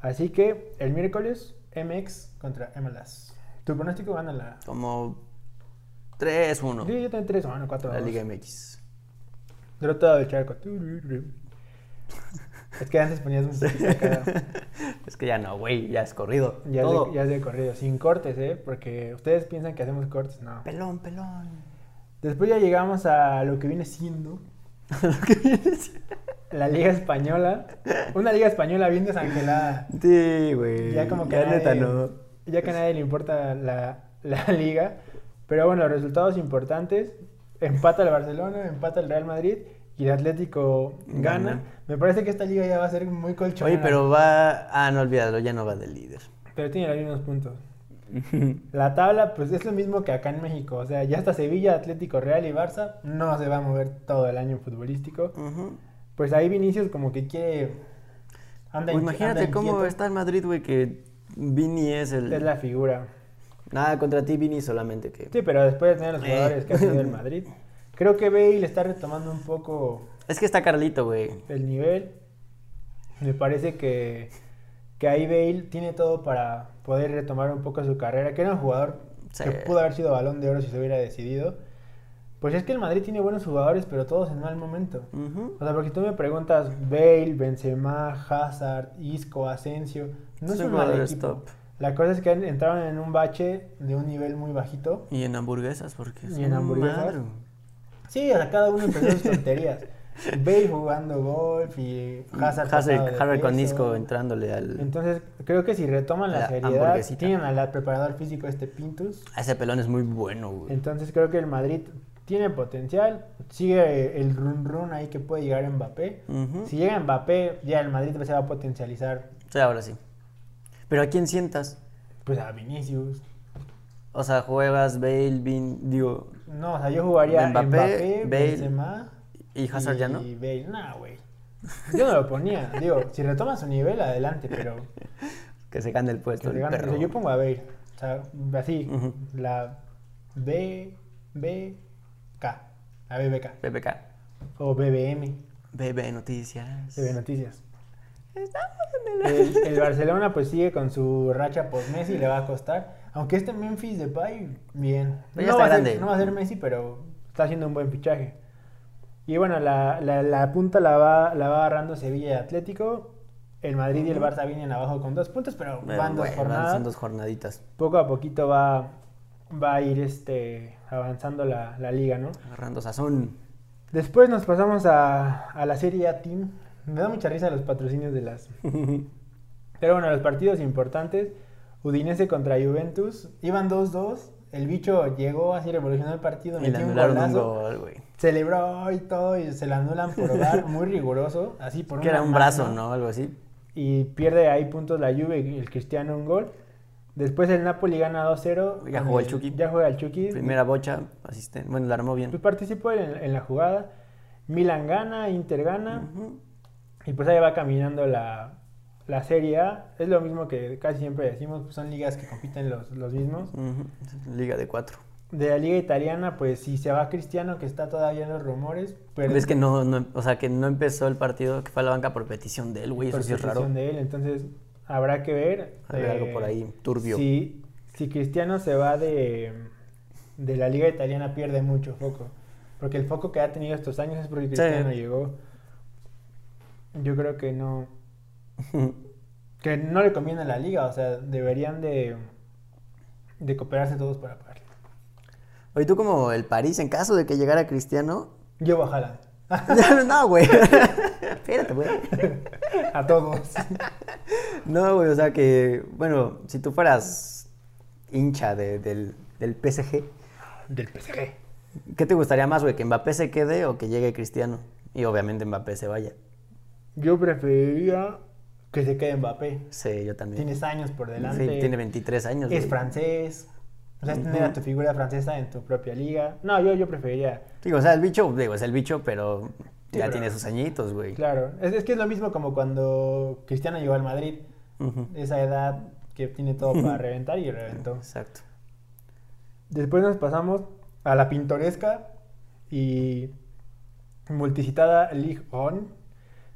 [SPEAKER 1] Así que el miércoles, MX contra MLS. Tu pronóstico gana la.
[SPEAKER 2] Como
[SPEAKER 1] Yo,
[SPEAKER 2] 3-1.
[SPEAKER 1] yo tengo 3 o bueno, 4
[SPEAKER 2] La Liga MX.
[SPEAKER 1] Del otro lado del charco. Es que antes
[SPEAKER 2] [laughs]
[SPEAKER 1] ponías música cada-
[SPEAKER 2] es que ya no, güey. Ya es corrido.
[SPEAKER 1] Ya es,
[SPEAKER 2] Todo.
[SPEAKER 1] de, ya es de corrido, sin cortes, ¿eh? Porque ustedes piensan que hacemos cortes, no.
[SPEAKER 2] Pelón, pelón.
[SPEAKER 1] Después ya llegamos a lo que viene siendo
[SPEAKER 2] [laughs] Lo que viene siendo.
[SPEAKER 1] la Liga Española. Una Liga Española bien desangelada.
[SPEAKER 2] Sí, güey.
[SPEAKER 1] Ya como que nadie-
[SPEAKER 2] neta no.
[SPEAKER 1] Ya que a nadie le importa la, la [laughs] Liga. Pero bueno, resultados importantes. Empata el Barcelona, empata el Real Madrid y el Atlético gana.
[SPEAKER 2] Gana.
[SPEAKER 1] Me parece que esta liga ya va a ser muy colchonera.
[SPEAKER 2] Oye, pero va. Ah, no olvídalo, ya no va
[SPEAKER 1] [laughs]
[SPEAKER 2] de líder.
[SPEAKER 1] Pero tiene los mismos puntos. La tabla, pues es lo mismo que acá en México. O sea, ya hasta Sevilla, Atlético Real y Barça no se va a mover todo el año futbolístico.
[SPEAKER 2] Ujú.
[SPEAKER 1] Pues ahí Vinicius como que quiere Anda
[SPEAKER 2] Uy,
[SPEAKER 1] inqui-
[SPEAKER 2] imagínate
[SPEAKER 1] anda
[SPEAKER 2] cómo
[SPEAKER 1] inquieto.
[SPEAKER 2] está el Madrid, güey, que Vini es el...
[SPEAKER 1] Es la figura.
[SPEAKER 2] Nada contra ti, Vini, solamente que...
[SPEAKER 1] Sí, pero después de tener los
[SPEAKER 2] Eh.
[SPEAKER 1] jugadores que ha tenido el Madrid, creo que Bale está retomando un poco
[SPEAKER 2] Es que está Carlito, güey.
[SPEAKER 1] el nivel. Me parece que, que ahí Bale tiene todo para poder retomar un poco su carrera, que era un jugador
[SPEAKER 2] Sí.
[SPEAKER 1] que pudo haber sido balón de oro si se hubiera decidido. Pues es que el Madrid tiene buenos jugadores, pero todos en mal momento.
[SPEAKER 2] Ujú.
[SPEAKER 1] O sea, porque tú me preguntas Bale, Benzema, Hazard, Isco, Asensio, no es
[SPEAKER 2] Son
[SPEAKER 1] un mal
[SPEAKER 2] jugadores
[SPEAKER 1] equipo.
[SPEAKER 2] top.
[SPEAKER 1] La cosa es que han- entraron en un bache de un nivel muy bajito.
[SPEAKER 2] Y en hamburguesas, porque...
[SPEAKER 1] Y
[SPEAKER 2] son
[SPEAKER 1] en hamburguesas.
[SPEAKER 2] madre.
[SPEAKER 1] Sí, o sea, cada uno empezó sus
[SPEAKER 2] [laughs]
[SPEAKER 1] tonterías. Bale jugando golf y Hazard, pasado de
[SPEAKER 2] Hazard, Hazard con
[SPEAKER 1] peso.
[SPEAKER 2] disco entrándole al...
[SPEAKER 1] Entonces, creo que si retoman la,
[SPEAKER 2] La
[SPEAKER 1] seriedad,
[SPEAKER 2] hamburguesita.
[SPEAKER 1] tienen al al preparador físico este Pintus.
[SPEAKER 2] Ah, Ese pelón es muy bueno, güey.
[SPEAKER 1] Entonces, creo que el Madrid tiene potencial. Sigue el run run ahí que puede llegar Mbappé.
[SPEAKER 2] Ujú.
[SPEAKER 1] Si llega Mbappé, ya el Madrid se va a potencializar
[SPEAKER 2] Sí, ahora sí. Pero ¿a quién sientas?
[SPEAKER 1] pues a Vinicius.
[SPEAKER 2] O sea, juegas Bale, Vin, digo,
[SPEAKER 1] No, o sea, yo jugaría
[SPEAKER 2] Mbappé,
[SPEAKER 1] Mbappé,
[SPEAKER 2] Bale,
[SPEAKER 1] Benzema
[SPEAKER 2] y Hazard ya no.
[SPEAKER 1] Y Bale, nah, güey. Yo no lo ponía. Digo, si retoma su nivel, adelante, pero
[SPEAKER 2] Que se gane el
[SPEAKER 1] que
[SPEAKER 2] puesto.
[SPEAKER 1] le
[SPEAKER 2] el
[SPEAKER 1] gane. O sea,
[SPEAKER 2] perro.
[SPEAKER 1] Este, yo pongo a Bale. O sea, así,
[SPEAKER 2] Ujú.
[SPEAKER 1] la B, B, K. La BBK.
[SPEAKER 2] BBK.
[SPEAKER 1] O BBM,
[SPEAKER 2] BB Noticias.
[SPEAKER 1] TV Noticias. El, el Barcelona pues sigue con su racha post Messi, le va a costar. Aunque este Memphis Depay, bien.
[SPEAKER 2] Pero Pues ya
[SPEAKER 1] no,
[SPEAKER 2] está
[SPEAKER 1] va a ser-
[SPEAKER 2] grande.
[SPEAKER 1] no va a ser Messi, pero está haciendo un buen fichaje. Y bueno, la, la- la punta la va, la va agarrando Sevilla y Atlético. El Madrid y el Barça vienen abajo con dos puntos, pero
[SPEAKER 2] Pero,
[SPEAKER 1] van dos
[SPEAKER 2] güey,
[SPEAKER 1] jornadas.
[SPEAKER 2] Son dos jornaditas.
[SPEAKER 1] Poco a poquito va, va a ir este, avanzando la, la liga, ¿no?
[SPEAKER 2] Agarrando sazón.
[SPEAKER 1] Después nos pasamos a, a la Serie A Team. Me da mucha risa los patrocinios de
[SPEAKER 2] [laughs]
[SPEAKER 1] las, Pero bueno, los partidos importantes, Udinese contra Juventus, iban 2-2, el bicho llegó así, revolucionó el partido,
[SPEAKER 2] y le
[SPEAKER 1] metió un
[SPEAKER 2] anularon un
[SPEAKER 1] golazo,
[SPEAKER 2] gol, güey.
[SPEAKER 1] celebró y todo, y se lo anulan por
[SPEAKER 2] [laughs]
[SPEAKER 1] hogar, muy riguroso, así por
[SPEAKER 2] Que
[SPEAKER 1] una
[SPEAKER 2] era un
[SPEAKER 1] mano,
[SPEAKER 2] brazo, ¿no? Algo así.
[SPEAKER 1] Y pierde ahí puntos la Juve, y el Cristiano un gol. Después el Napoli gana 2-0.
[SPEAKER 2] Ya
[SPEAKER 1] con
[SPEAKER 2] jugó el Chucky.
[SPEAKER 1] Ya juega el Chucky.
[SPEAKER 2] Primera bocha, asistente. Bueno, la armó
[SPEAKER 1] Pues
[SPEAKER 2] bien.
[SPEAKER 1] participó en, en la jugada. Milan gana, Inter gana.
[SPEAKER 2] Ujú.
[SPEAKER 1] Y pues ahí va caminando la, la Serie A. Es lo mismo que casi siempre decimos, pues son ligas que compiten los, los mismos.
[SPEAKER 2] Ujú. Liga de cuatro.
[SPEAKER 1] De la liga italiana, pues si se va Cristiano, que está todavía en los rumores, pero
[SPEAKER 2] ¿Ves que no, no- o sea, que no empezó el partido, que fue a la banca por petición de él, güey? Eso
[SPEAKER 1] por
[SPEAKER 2] sí es raro.
[SPEAKER 1] decisión de él, entonces habrá que ver.
[SPEAKER 2] Hay
[SPEAKER 1] eh,
[SPEAKER 2] algo por ahí turbio.
[SPEAKER 1] Si, si Cristiano se va de, de la liga italiana, pierde mucho foco. Porque el foco que ha tenido estos años es porque
[SPEAKER 2] Sí.
[SPEAKER 1] Cristiano llegó. Yo creo que
[SPEAKER 2] [laughs]
[SPEAKER 1] no, que no le conviene a la liga, o sea, deberían de, de cooperarse todos para pagarle.
[SPEAKER 2] Oye, tú como el París, en caso de que llegara Cristiano.
[SPEAKER 1] Yo voy a Haaland. [laughs]
[SPEAKER 2] [laughs] no, güey. Espérate, güey.
[SPEAKER 1] a todos.
[SPEAKER 2] [laughs] No, güey, o sea que, bueno, si tú fueras hincha de- del, del PSG,
[SPEAKER 1] Del PSG.
[SPEAKER 2] ¿qué te gustaría más, güey? ¿Que Mbappé se quede o que llegue Cristiano? Y obviamente Mbappé se vaya.
[SPEAKER 1] Yo preferiría que se quede Mbappé.
[SPEAKER 2] Sí, yo también.
[SPEAKER 1] Tienes años por delante.
[SPEAKER 2] Sí, tiene 23 años.
[SPEAKER 1] es
[SPEAKER 2] güey.
[SPEAKER 1] francés. O sea, es tener a tu figura francesa en tu propia liga. No, yo, yo preferiría.
[SPEAKER 2] Digo, o sea, el bicho, digo, es el bicho, pero
[SPEAKER 1] Sí,
[SPEAKER 2] ya
[SPEAKER 1] pero-
[SPEAKER 2] tiene sus añitos, güey.
[SPEAKER 1] Claro. Es, es que es lo mismo como cuando Cristiano llegó al Madrid.
[SPEAKER 2] Ujú,
[SPEAKER 1] Esa edad que tiene todo
[SPEAKER 2] [laughs]
[SPEAKER 1] para reventar y reventó.
[SPEAKER 2] Exacto.
[SPEAKER 1] Después nos pasamos a la pintoresca y multicitada Ligue 1.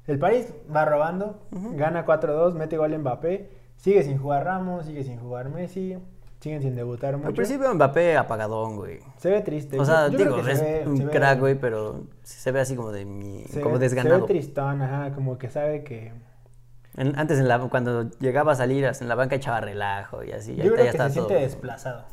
[SPEAKER 1] El París va robando,
[SPEAKER 2] Ujú.
[SPEAKER 1] gana 4-2, mete gol Mbappé, sigue sin jugar Ramos, sigue sin jugar Messi, siguen sin debutar mucho.
[SPEAKER 2] Al principio Mbappé apagadón, güey.
[SPEAKER 1] se ve triste.
[SPEAKER 2] O sea,
[SPEAKER 1] Yo- yo creo
[SPEAKER 2] digo,
[SPEAKER 1] que
[SPEAKER 2] es
[SPEAKER 1] se ve- se
[SPEAKER 2] un
[SPEAKER 1] ve-
[SPEAKER 2] crack, güey, pero sí se ve así como de mi,
[SPEAKER 1] se
[SPEAKER 2] como
[SPEAKER 1] ve- Se
[SPEAKER 2] desganado.
[SPEAKER 1] ve tristón, ajá, como que sabe que...
[SPEAKER 2] En- antes en la, cuando llegaba a salir as- en la banca echaba relajo y así. y
[SPEAKER 1] Yo
[SPEAKER 2] ahorita
[SPEAKER 1] creo
[SPEAKER 2] ya
[SPEAKER 1] que se
[SPEAKER 2] está
[SPEAKER 1] siente
[SPEAKER 2] todo-
[SPEAKER 1] desplazado.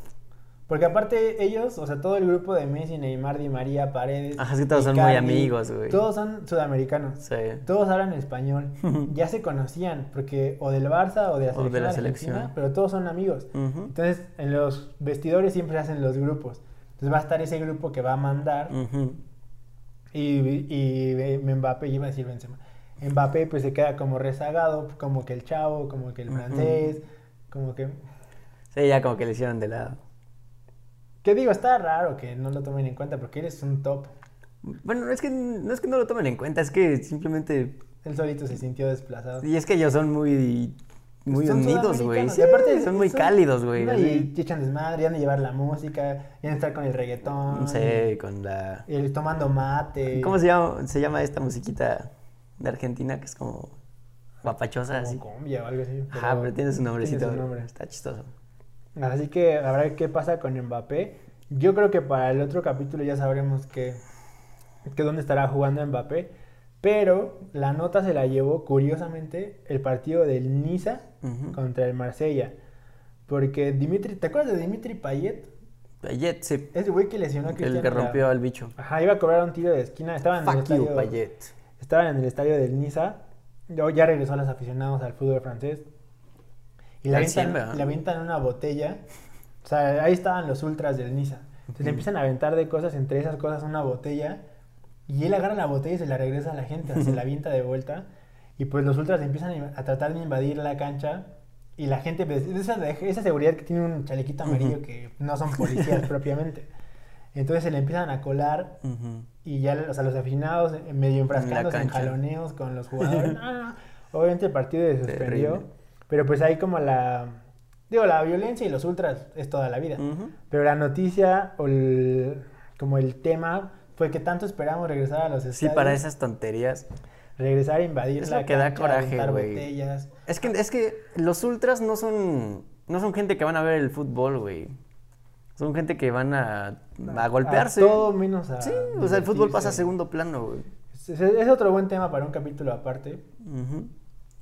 [SPEAKER 1] Porque aparte ellos, o sea, todo el grupo de Messi, Neymar, Di María, Paredes...
[SPEAKER 2] Ajá, es que todos son muy
[SPEAKER 1] Icardi,
[SPEAKER 2] amigos, güey.
[SPEAKER 1] Todos son sudamericanos.
[SPEAKER 2] Sí.
[SPEAKER 1] Todos hablan
[SPEAKER 2] [laughs]
[SPEAKER 1] español. Ya se conocían, porque o del Barça o de la
[SPEAKER 2] O
[SPEAKER 1] selección,
[SPEAKER 2] de la
[SPEAKER 1] argentina,
[SPEAKER 2] selección.
[SPEAKER 1] pero todos son amigos.
[SPEAKER 2] Ujú,
[SPEAKER 1] Entonces, en los vestidores siempre se hacen los grupos. Entonces va a estar ese grupo que va a mandar
[SPEAKER 2] ujú.
[SPEAKER 1] y, y, eh, Mbappé, iba a decir Benzema. Mbappé pues se queda como rezagado, como que el chavo, como que el
[SPEAKER 2] Ujú.
[SPEAKER 1] francés, como que...
[SPEAKER 2] Sí, ya como que le hicieron de lado.
[SPEAKER 1] ¿Qué digo? Está raro que no lo tomen en cuenta porque eres un top.
[SPEAKER 2] Bueno, es que no es que no lo tomen en cuenta, es que simplemente
[SPEAKER 1] Él solito se sintió desplazado. Pues
[SPEAKER 2] Y es que ellos son muy, muy
[SPEAKER 1] Son
[SPEAKER 2] unidos, güey.
[SPEAKER 1] sudamericanos,
[SPEAKER 2] Sí,
[SPEAKER 1] y aparte
[SPEAKER 2] son muy
[SPEAKER 1] son-
[SPEAKER 2] cálidos, güey.
[SPEAKER 1] No,
[SPEAKER 2] así.
[SPEAKER 1] y te echan desmadre, ya han de llevar la música, ya han de estar con el reggaetón.
[SPEAKER 2] No sé, con la...
[SPEAKER 1] y el tomando mate.
[SPEAKER 2] ¿Cómo se llama, se llama esta musiquita de Argentina que es como guapachosa
[SPEAKER 1] Como
[SPEAKER 2] así?
[SPEAKER 1] cumbia o algo así.
[SPEAKER 2] Ajá, pero tiene su nombrecito.
[SPEAKER 1] su nombre.
[SPEAKER 2] Está chistoso.
[SPEAKER 1] Así que a ver qué pasa con Mbappé. Yo creo que para el otro capítulo ya sabremos que, que dónde estará jugando Mbappé. Pero la nota se la llevó, curiosamente, el partido del Niza
[SPEAKER 2] Ujú.
[SPEAKER 1] contra el Marsella. Porque Dimitri, ¿te acuerdas de Dimitri Payet?
[SPEAKER 2] Payet, sí.
[SPEAKER 1] Es el güey que lesionó a Cristiano. Ah,
[SPEAKER 2] El que rompió al bicho.
[SPEAKER 1] Ajá, iba a cobrar un tiro de esquina. Estaba en el
[SPEAKER 2] Fuck you,
[SPEAKER 1] estadio-
[SPEAKER 2] Payet.
[SPEAKER 1] estaban en el estadio del Niza. Luego ya regresó a los aficionados al fútbol francés. Y le
[SPEAKER 2] Al cien, ¿verdad?
[SPEAKER 1] avientan, le avientan una botella. O sea, ahí estaban los ultras del Niza. Entonces le empiezan a aventar de cosas, entre esas cosas una botella. Y él agarra la botella y se la regresa a la gente, se la avienta de vuelta. Y pues los ultras empiezan a inv- a tratar de invadir la cancha. Y la gente, pues, esa, de- esa seguridad que tiene un chalequito amarillo
[SPEAKER 2] Ujú.
[SPEAKER 1] que no son
[SPEAKER 2] [laughs]
[SPEAKER 1] policías propiamente. Entonces se le empiezan a colar
[SPEAKER 2] Ujú.
[SPEAKER 1] y ya o sea, los aficionados eh, medio enfrascándose en
[SPEAKER 2] cancha.
[SPEAKER 1] jaloneos con
[SPEAKER 2] [laughs]
[SPEAKER 1] los jugadores. No, no, no. Obviamente el partido se suspendió,
[SPEAKER 2] Terrible.
[SPEAKER 1] pero pues ahí como la... Digo, la violencia y los ultras es toda la vida.
[SPEAKER 2] Ujú.
[SPEAKER 1] Pero la noticia o el- como el tema fue que tanto esperamos regresar a los estadios.
[SPEAKER 2] Sí, para esas tonterías.
[SPEAKER 1] Regresar a invadir
[SPEAKER 2] Es
[SPEAKER 1] la
[SPEAKER 2] lo que da
[SPEAKER 1] cancha,
[SPEAKER 2] coraje,
[SPEAKER 1] aventar
[SPEAKER 2] güey.
[SPEAKER 1] botellas.
[SPEAKER 2] Es que, es que los ultras no son, no son gente que van a ver el fútbol, güey. Son gente que van a, a golpearse.
[SPEAKER 1] A todo menos a...
[SPEAKER 2] sí, o sea, el fútbol pasa a
[SPEAKER 1] divertirse.
[SPEAKER 2] segundo plano, güey.
[SPEAKER 1] Es- es- es otro buen tema para un capítulo aparte.
[SPEAKER 2] Ujú.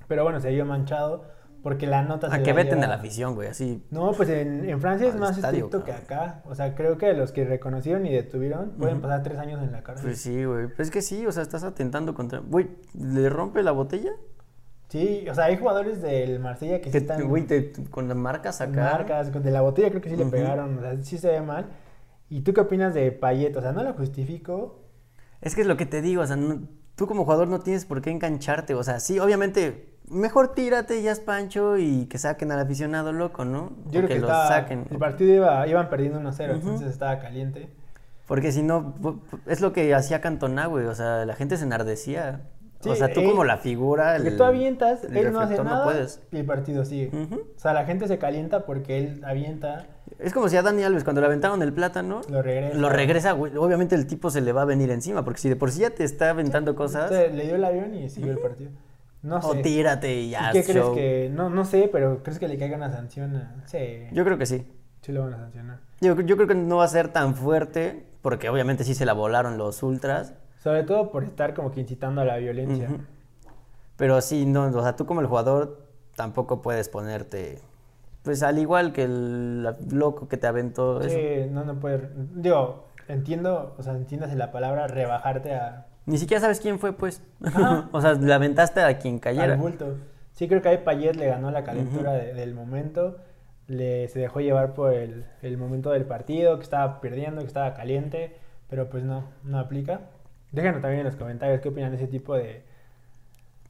[SPEAKER 1] Pero bueno, se vio manchado porque la nota
[SPEAKER 2] A
[SPEAKER 1] se
[SPEAKER 2] que
[SPEAKER 1] la
[SPEAKER 2] veten a la
[SPEAKER 1] lleva-
[SPEAKER 2] afición, güey, así.
[SPEAKER 1] No, pues en, en Francia es
[SPEAKER 2] Al
[SPEAKER 1] más
[SPEAKER 2] estadio,
[SPEAKER 1] estricto que
[SPEAKER 2] cabrón.
[SPEAKER 1] acá. O sea, creo que los que reconocieron y detuvieron pueden
[SPEAKER 2] Ujú.
[SPEAKER 1] pasar tres años en la cárcel.
[SPEAKER 2] Pues sí, güey. Pues es que sí, o sea, estás atentando contra... Güey, ¿le rompe la botella?
[SPEAKER 1] Sí, o sea, hay jugadores del Marsella que sí
[SPEAKER 2] Que,
[SPEAKER 1] están
[SPEAKER 2] güey, te- con las marcas
[SPEAKER 1] con
[SPEAKER 2] acá.
[SPEAKER 1] marcas, con- de la botella creo que sí le
[SPEAKER 2] Ujú.
[SPEAKER 1] pegaron, o sea, sí se ve mal. ¿Y tú qué opinas de Payet? O sea, no lo justifico.
[SPEAKER 2] Es que es lo que te digo, o sea, no- tú como jugador no tienes por qué engancharte, o sea, sí, obviamente, mejor tírate ya es Pancho y que saquen al aficionado loco, ¿no? O
[SPEAKER 1] Yo creo que,
[SPEAKER 2] lo
[SPEAKER 1] estaba-
[SPEAKER 2] saquen.
[SPEAKER 1] el partido iba, iban perdiendo 1-0,
[SPEAKER 2] Ujú.
[SPEAKER 1] entonces estaba caliente.
[SPEAKER 2] Porque si no, pu- pu- es lo que hacía Cantona, güey, o sea, la gente se enardecía. o
[SPEAKER 1] Sí,
[SPEAKER 2] sea, tú
[SPEAKER 1] él-
[SPEAKER 2] como la figura...
[SPEAKER 1] Porque
[SPEAKER 2] el-
[SPEAKER 1] tú avientas,
[SPEAKER 2] el
[SPEAKER 1] él no hace
[SPEAKER 2] reflector
[SPEAKER 1] nada
[SPEAKER 2] puedes.
[SPEAKER 1] y el partido sigue.
[SPEAKER 2] Ujú.
[SPEAKER 1] O sea, la gente se calienta porque él avienta,
[SPEAKER 2] Es como si a Dani Alves, cuando le aventaron el plátano,
[SPEAKER 1] lo regresa.
[SPEAKER 2] lo regresa, güey. Obviamente el tipo se le va a venir encima, porque si de por sí ya te está aventando cosas,
[SPEAKER 1] Entonces, le dio el avión y siguió el partido. No sé.
[SPEAKER 2] o tírate y ya.
[SPEAKER 1] ¿Y qué
[SPEAKER 2] es
[SPEAKER 1] crees
[SPEAKER 2] show.
[SPEAKER 1] que.? No, no sé, pero ¿crees que le caiga una sanción? a- Sí.
[SPEAKER 2] Yo creo que sí.
[SPEAKER 1] Sí, lo van a sancionar.
[SPEAKER 2] Yo, yo creo que no va a ser tan fuerte, porque obviamente sí se la volaron los ultras,
[SPEAKER 1] Sobre todo por estar como que incitando a la violencia.
[SPEAKER 2] Ujú. pero sí, no, o sea, tú como el jugador tampoco puedes ponerte, pues al igual que el la- loco que te aventó eso.
[SPEAKER 1] Sí, no, no puede. Digo, entiendo, o sea, entiéndase la palabra rebajarte a,
[SPEAKER 2] Ni siquiera sabes quién fue, pues.
[SPEAKER 1] Ajá.
[SPEAKER 2] [laughs] o sea, le aventaste a quien
[SPEAKER 1] al
[SPEAKER 2] cayera.
[SPEAKER 1] bulto. Sí, creo que ahí Payet le ganó la calentura de- del momento. Le, se dejó llevar por el, el momento del partido, que estaba perdiendo, que estaba caliente, pero pues no, no aplica. Déjanos también en los comentarios qué opinan de ese tipo de,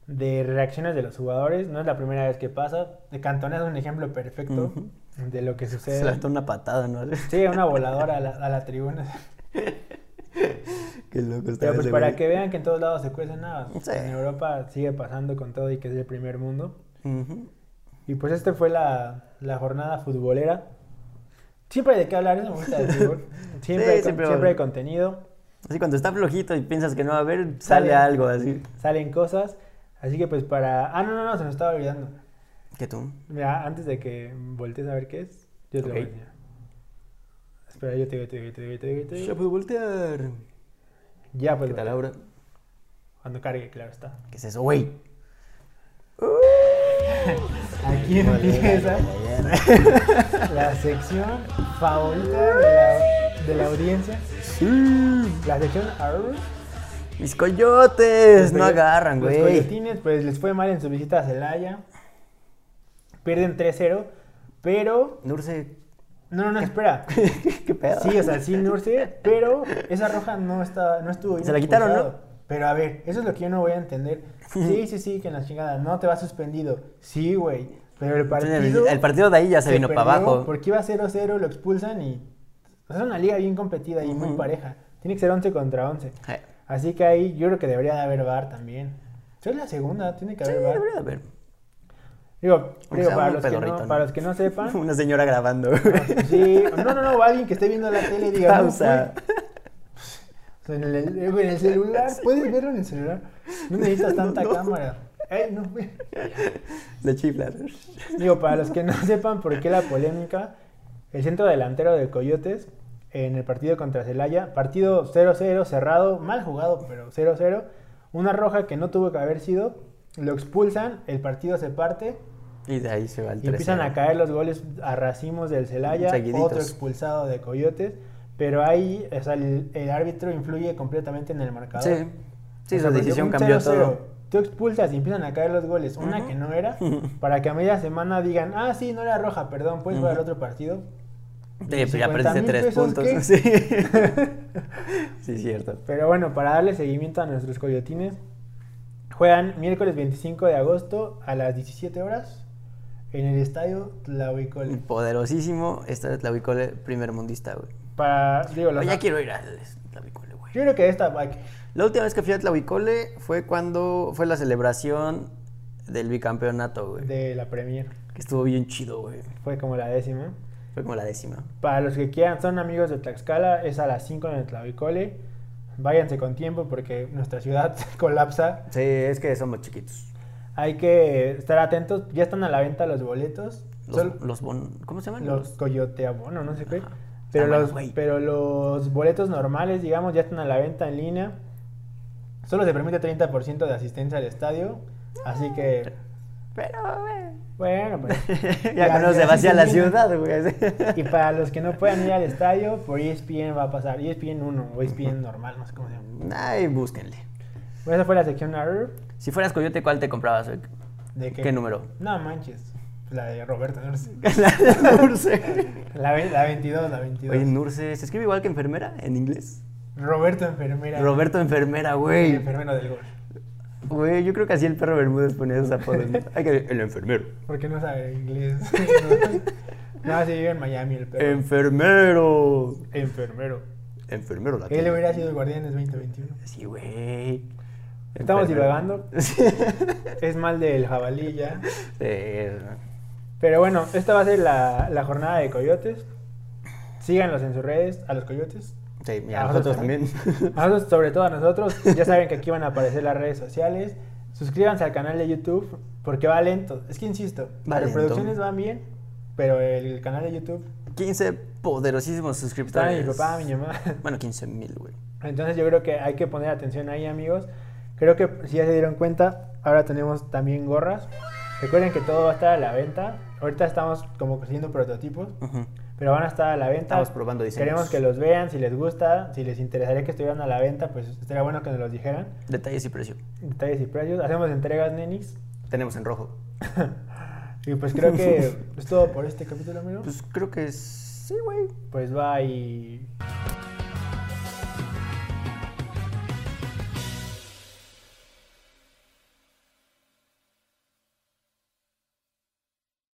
[SPEAKER 1] de reacciones de los jugadores. No es la primera vez que pasa. De Cantona es un ejemplo perfecto de lo que
[SPEAKER 2] [laughs] Se le
[SPEAKER 1] sucede.
[SPEAKER 2] aventó una patada, ¿no? [laughs]
[SPEAKER 1] Sí, una voladora a la, a la tribuna.
[SPEAKER 2] Qué loco está
[SPEAKER 1] Pero pues
[SPEAKER 2] ese
[SPEAKER 1] para
[SPEAKER 2] güey.
[SPEAKER 1] que vean que en todos lados se cuecen nada.
[SPEAKER 2] Sí.
[SPEAKER 1] En Europa sigue pasando con todo y que es el primer mundo.
[SPEAKER 2] Ujú.
[SPEAKER 1] Y pues este fue la, la jornada futbolera. Siempre hay de qué hablar, eso me gusta del
[SPEAKER 2] [laughs]
[SPEAKER 1] fútbol. Siempre,
[SPEAKER 2] Sí,
[SPEAKER 1] hay, con-
[SPEAKER 2] siempre va a
[SPEAKER 1] siempre hay
[SPEAKER 2] haber.
[SPEAKER 1] contenido,
[SPEAKER 2] Así cuando está flojito y piensas que no va a haber, sale,
[SPEAKER 1] Sale.
[SPEAKER 2] algo así.
[SPEAKER 1] salen cosas. Así que pues para... Ah, no, no, no, se me estaba olvidando.
[SPEAKER 2] Que tú.
[SPEAKER 1] Mira, antes de que voltees a ver qué es, yo te lo voy a
[SPEAKER 2] Ok.
[SPEAKER 1] enseñar. Espera, yo te digo, te digo, te digo, te digo, te digo.
[SPEAKER 2] puedo voltear.
[SPEAKER 1] Ya pues,
[SPEAKER 2] ¿Qué
[SPEAKER 1] bueno,
[SPEAKER 2] tal, Laura?
[SPEAKER 1] cuando cargue, claro está.
[SPEAKER 2] ¿Qué es eso, güey?
[SPEAKER 1] Aquí empieza la sección favorita de la, de la audiencia. La sección... Arr.
[SPEAKER 2] Mm, Mis coyotes no
[SPEAKER 1] Los coyo-
[SPEAKER 2] agarran,
[SPEAKER 1] Pues Los
[SPEAKER 2] güey.
[SPEAKER 1] coyotines, pues les fue mal en su visita a Celaya. Pierden 3-0, pero.
[SPEAKER 2] Nurse, [laughs]
[SPEAKER 1] No, no, no, espera.
[SPEAKER 2] qué [laughs] pedo.
[SPEAKER 1] Sí, o sea, sí, Nurse, pero esa roja no está, no estuvo bien.
[SPEAKER 2] Se la quitaron,
[SPEAKER 1] expulsado. Pero a ver, eso es lo que yo no voy a
[SPEAKER 2] [laughs]
[SPEAKER 1] entender. Sí, sí, sí, que en la chingada. No te va suspendido. Sí, güey. Pero el
[SPEAKER 2] Entonces,
[SPEAKER 1] partido.
[SPEAKER 2] el- el, partido de ahí ya se, vino para
[SPEAKER 1] perdió
[SPEAKER 2] abajo.
[SPEAKER 1] Porque iba 0-0, lo expulsan y. o sea, es una liga bien competida y muy
[SPEAKER 2] Ujú.
[SPEAKER 1] pareja. Tiene que ser 11 contra 11.
[SPEAKER 2] Eh,
[SPEAKER 1] Así que ahí yo creo que debería de haber VAR también. Sí, es la segunda, tiene que
[SPEAKER 2] Sí,
[SPEAKER 1] haber bar.
[SPEAKER 2] debería de haber.
[SPEAKER 1] Digo,
[SPEAKER 2] Aunque
[SPEAKER 1] digo,
[SPEAKER 2] sea
[SPEAKER 1] para,
[SPEAKER 2] un
[SPEAKER 1] los que
[SPEAKER 2] pedorrito,
[SPEAKER 1] no,
[SPEAKER 2] ¿no?
[SPEAKER 1] para los que no sepan, [laughs]
[SPEAKER 2] [laughs]
[SPEAKER 1] Ah, pues
[SPEAKER 2] Una señora grabando.
[SPEAKER 1] Sí, no, no, no, alguien que esté viendo la tele y diga, no,
[SPEAKER 2] Pausa.
[SPEAKER 1] güey, en, el, en el
[SPEAKER 2] [laughs]
[SPEAKER 1] celular, puedes verlo en el celular. No necesitas tanta cámara. Eh, no, güey.
[SPEAKER 2] Le chiflas.
[SPEAKER 1] Digo, para los que no [laughs] sepan por qué la polémica, el centro delantero de Coyotes en el partido contra Celaya, partido 0-0, cerrado, mal jugado, pero 0-0, una roja que no tuvo que haber sido, lo expulsan, el partido se parte
[SPEAKER 2] Y de ahí se va el
[SPEAKER 1] y empiezan
[SPEAKER 2] 13.
[SPEAKER 1] a caer los goles a racimos del Celaya,
[SPEAKER 2] Seguiditos.
[SPEAKER 1] otro expulsado de Coyotes, pero ahí o sea, el, el árbitro influye completamente en el marcador.
[SPEAKER 2] Sí, sí,
[SPEAKER 1] O sea,
[SPEAKER 2] su
[SPEAKER 1] porque
[SPEAKER 2] decisión
[SPEAKER 1] un
[SPEAKER 2] cambió
[SPEAKER 1] 0-0,
[SPEAKER 2] todo.
[SPEAKER 1] Tú expulsas y empiezan a caer los goles, una
[SPEAKER 2] Ujú.
[SPEAKER 1] que no era, para que a media semana digan, ah, sí, no era roja, perdón, puedes jugar
[SPEAKER 2] Ujú.
[SPEAKER 1] otro partido.
[SPEAKER 2] Sí, pues ya
[SPEAKER 1] 50,000
[SPEAKER 2] perdiste tres
[SPEAKER 1] pesos,
[SPEAKER 2] puntos.
[SPEAKER 1] ¿qué?
[SPEAKER 2] Sí.
[SPEAKER 1] [laughs]
[SPEAKER 2] sí, cierto.
[SPEAKER 1] Pero bueno, para darle seguimiento a nuestros coyotines, juegan miércoles 25 de agosto a las 17 horas en el estadio Tlahuicole.
[SPEAKER 2] Mm. Poderosísimo. Esta es Tlavicole primer mundista, güey.
[SPEAKER 1] Para, digo, los-
[SPEAKER 2] Oye, ya quiero ir al Tlavicole, güey.
[SPEAKER 1] yo creo que esta va que-
[SPEAKER 2] La última vez que fui a Tlavicole fue cuando fue la celebración del bicampeonato, güey.
[SPEAKER 1] de la Premier
[SPEAKER 2] Que estuvo bien chido, güey.
[SPEAKER 1] fue como la décima.
[SPEAKER 2] Fue como la décima.
[SPEAKER 1] Para los que quieran, son amigos de Tlaxcala, es a las 5 en el Tlahuicole. Váyanse con tiempo porque nuestra ciudad [laughs] colapsa
[SPEAKER 2] Sí, es que somos chiquitos.
[SPEAKER 1] Hay que estar atentos. Ya están a la venta los boletos.
[SPEAKER 2] Los,
[SPEAKER 1] Sol-
[SPEAKER 2] los bon- ¿Cómo se
[SPEAKER 1] los,
[SPEAKER 2] llaman?
[SPEAKER 1] coyoteabono, no sé qué.
[SPEAKER 2] Ajá.
[SPEAKER 1] Pero,
[SPEAKER 2] Ah, bueno,
[SPEAKER 1] los,
[SPEAKER 2] güey.
[SPEAKER 1] pero los boletos normales, digamos, ya están a la venta en línea. Solo se permite 30% de asistencia al estadio. Así que,
[SPEAKER 2] Pero, [laughs] güey.
[SPEAKER 1] bueno, pues.
[SPEAKER 2] [laughs] ya cuando se vacía la ciudad, güey. [laughs]
[SPEAKER 1] Y para los que no puedan ir al estadio, por E ESPN va a pasar. ESPN 1 o E ESPN normal, no sé cómo se llama.
[SPEAKER 2] Ay, búsquenle.
[SPEAKER 1] Bueno, esa fue la sección AR.
[SPEAKER 2] Si fueras coyote, ¿cuál te comprabas? güey?
[SPEAKER 1] ¿De
[SPEAKER 2] ¿Qué [laughs] número?
[SPEAKER 1] No manches. La de Roberto, no sé.
[SPEAKER 2] Nurse.
[SPEAKER 1] La, ve- la 22, la 22.
[SPEAKER 2] [laughs] Oye, Nurse, ¿se escribe igual que enfermera en inglés?
[SPEAKER 1] Roberto Enfermera.
[SPEAKER 2] Roberto enfermera,
[SPEAKER 1] El
[SPEAKER 2] güey.
[SPEAKER 1] enfermero del gol.
[SPEAKER 2] Güey, yo creo que así el perro Bermúdez ponía esos apodos. [laughs] ¿no? Hay que el enfermero.
[SPEAKER 1] Porque no sabe inglés. [laughs] no, sí, vive en Miami el perro.
[SPEAKER 2] Enfermero.
[SPEAKER 1] enfermero.
[SPEAKER 2] Enfermero latino.
[SPEAKER 1] Él hubiera sido el Guardianes 2021.
[SPEAKER 2] Sí, güey.
[SPEAKER 1] Estamos
[SPEAKER 2] Enfermero.
[SPEAKER 1] divagando.
[SPEAKER 2] [laughs] Sí.
[SPEAKER 1] Es mal del jabalí ya.
[SPEAKER 2] Eh,
[SPEAKER 1] Pero bueno, esta va a ser la, la jornada de coyotes. Síganlos en sus redes, a los coyotes.
[SPEAKER 2] Sí, y a
[SPEAKER 1] Ah,
[SPEAKER 2] nosotros también. [laughs]
[SPEAKER 1] A nosotros, sobre todo a nosotros. Ya saben que aquí van a aparecer las redes sociales. Suscríbanse al canal de YouTube porque va lento. Es que insisto,
[SPEAKER 2] Va
[SPEAKER 1] las
[SPEAKER 2] lento.
[SPEAKER 1] reproducciones van bien, pero el canal de YouTube
[SPEAKER 2] 15 poderosísimos
[SPEAKER 1] está
[SPEAKER 2] suscriptores.
[SPEAKER 1] mi papá, mi mamá. [laughs]
[SPEAKER 2] Bueno, 15 mil, güey.
[SPEAKER 1] Entonces yo creo que hay que poner atención ahí, amigos. Creo que si ya se dieron cuenta, ahora tenemos también gorras. Recuerden que todo va a estar a la venta. Ahorita estamos como haciendo prototipos,
[SPEAKER 2] Ujú.
[SPEAKER 1] pero van a estar a la venta.
[SPEAKER 2] Estamos probando diseños.
[SPEAKER 1] Ah, Queremos que los vean, si les gusta, si les interesaría que estuvieran a la venta, pues estaría bueno que nos los dijeran.
[SPEAKER 2] Detalles y precio.
[SPEAKER 1] Detalles y precios. Hacemos entregas, nenis.
[SPEAKER 2] Tenemos en rojo.
[SPEAKER 1] Y pues creo que es todo por este capítulo, amigos.
[SPEAKER 2] Pues creo que es- sí, güey.
[SPEAKER 1] Pues va y...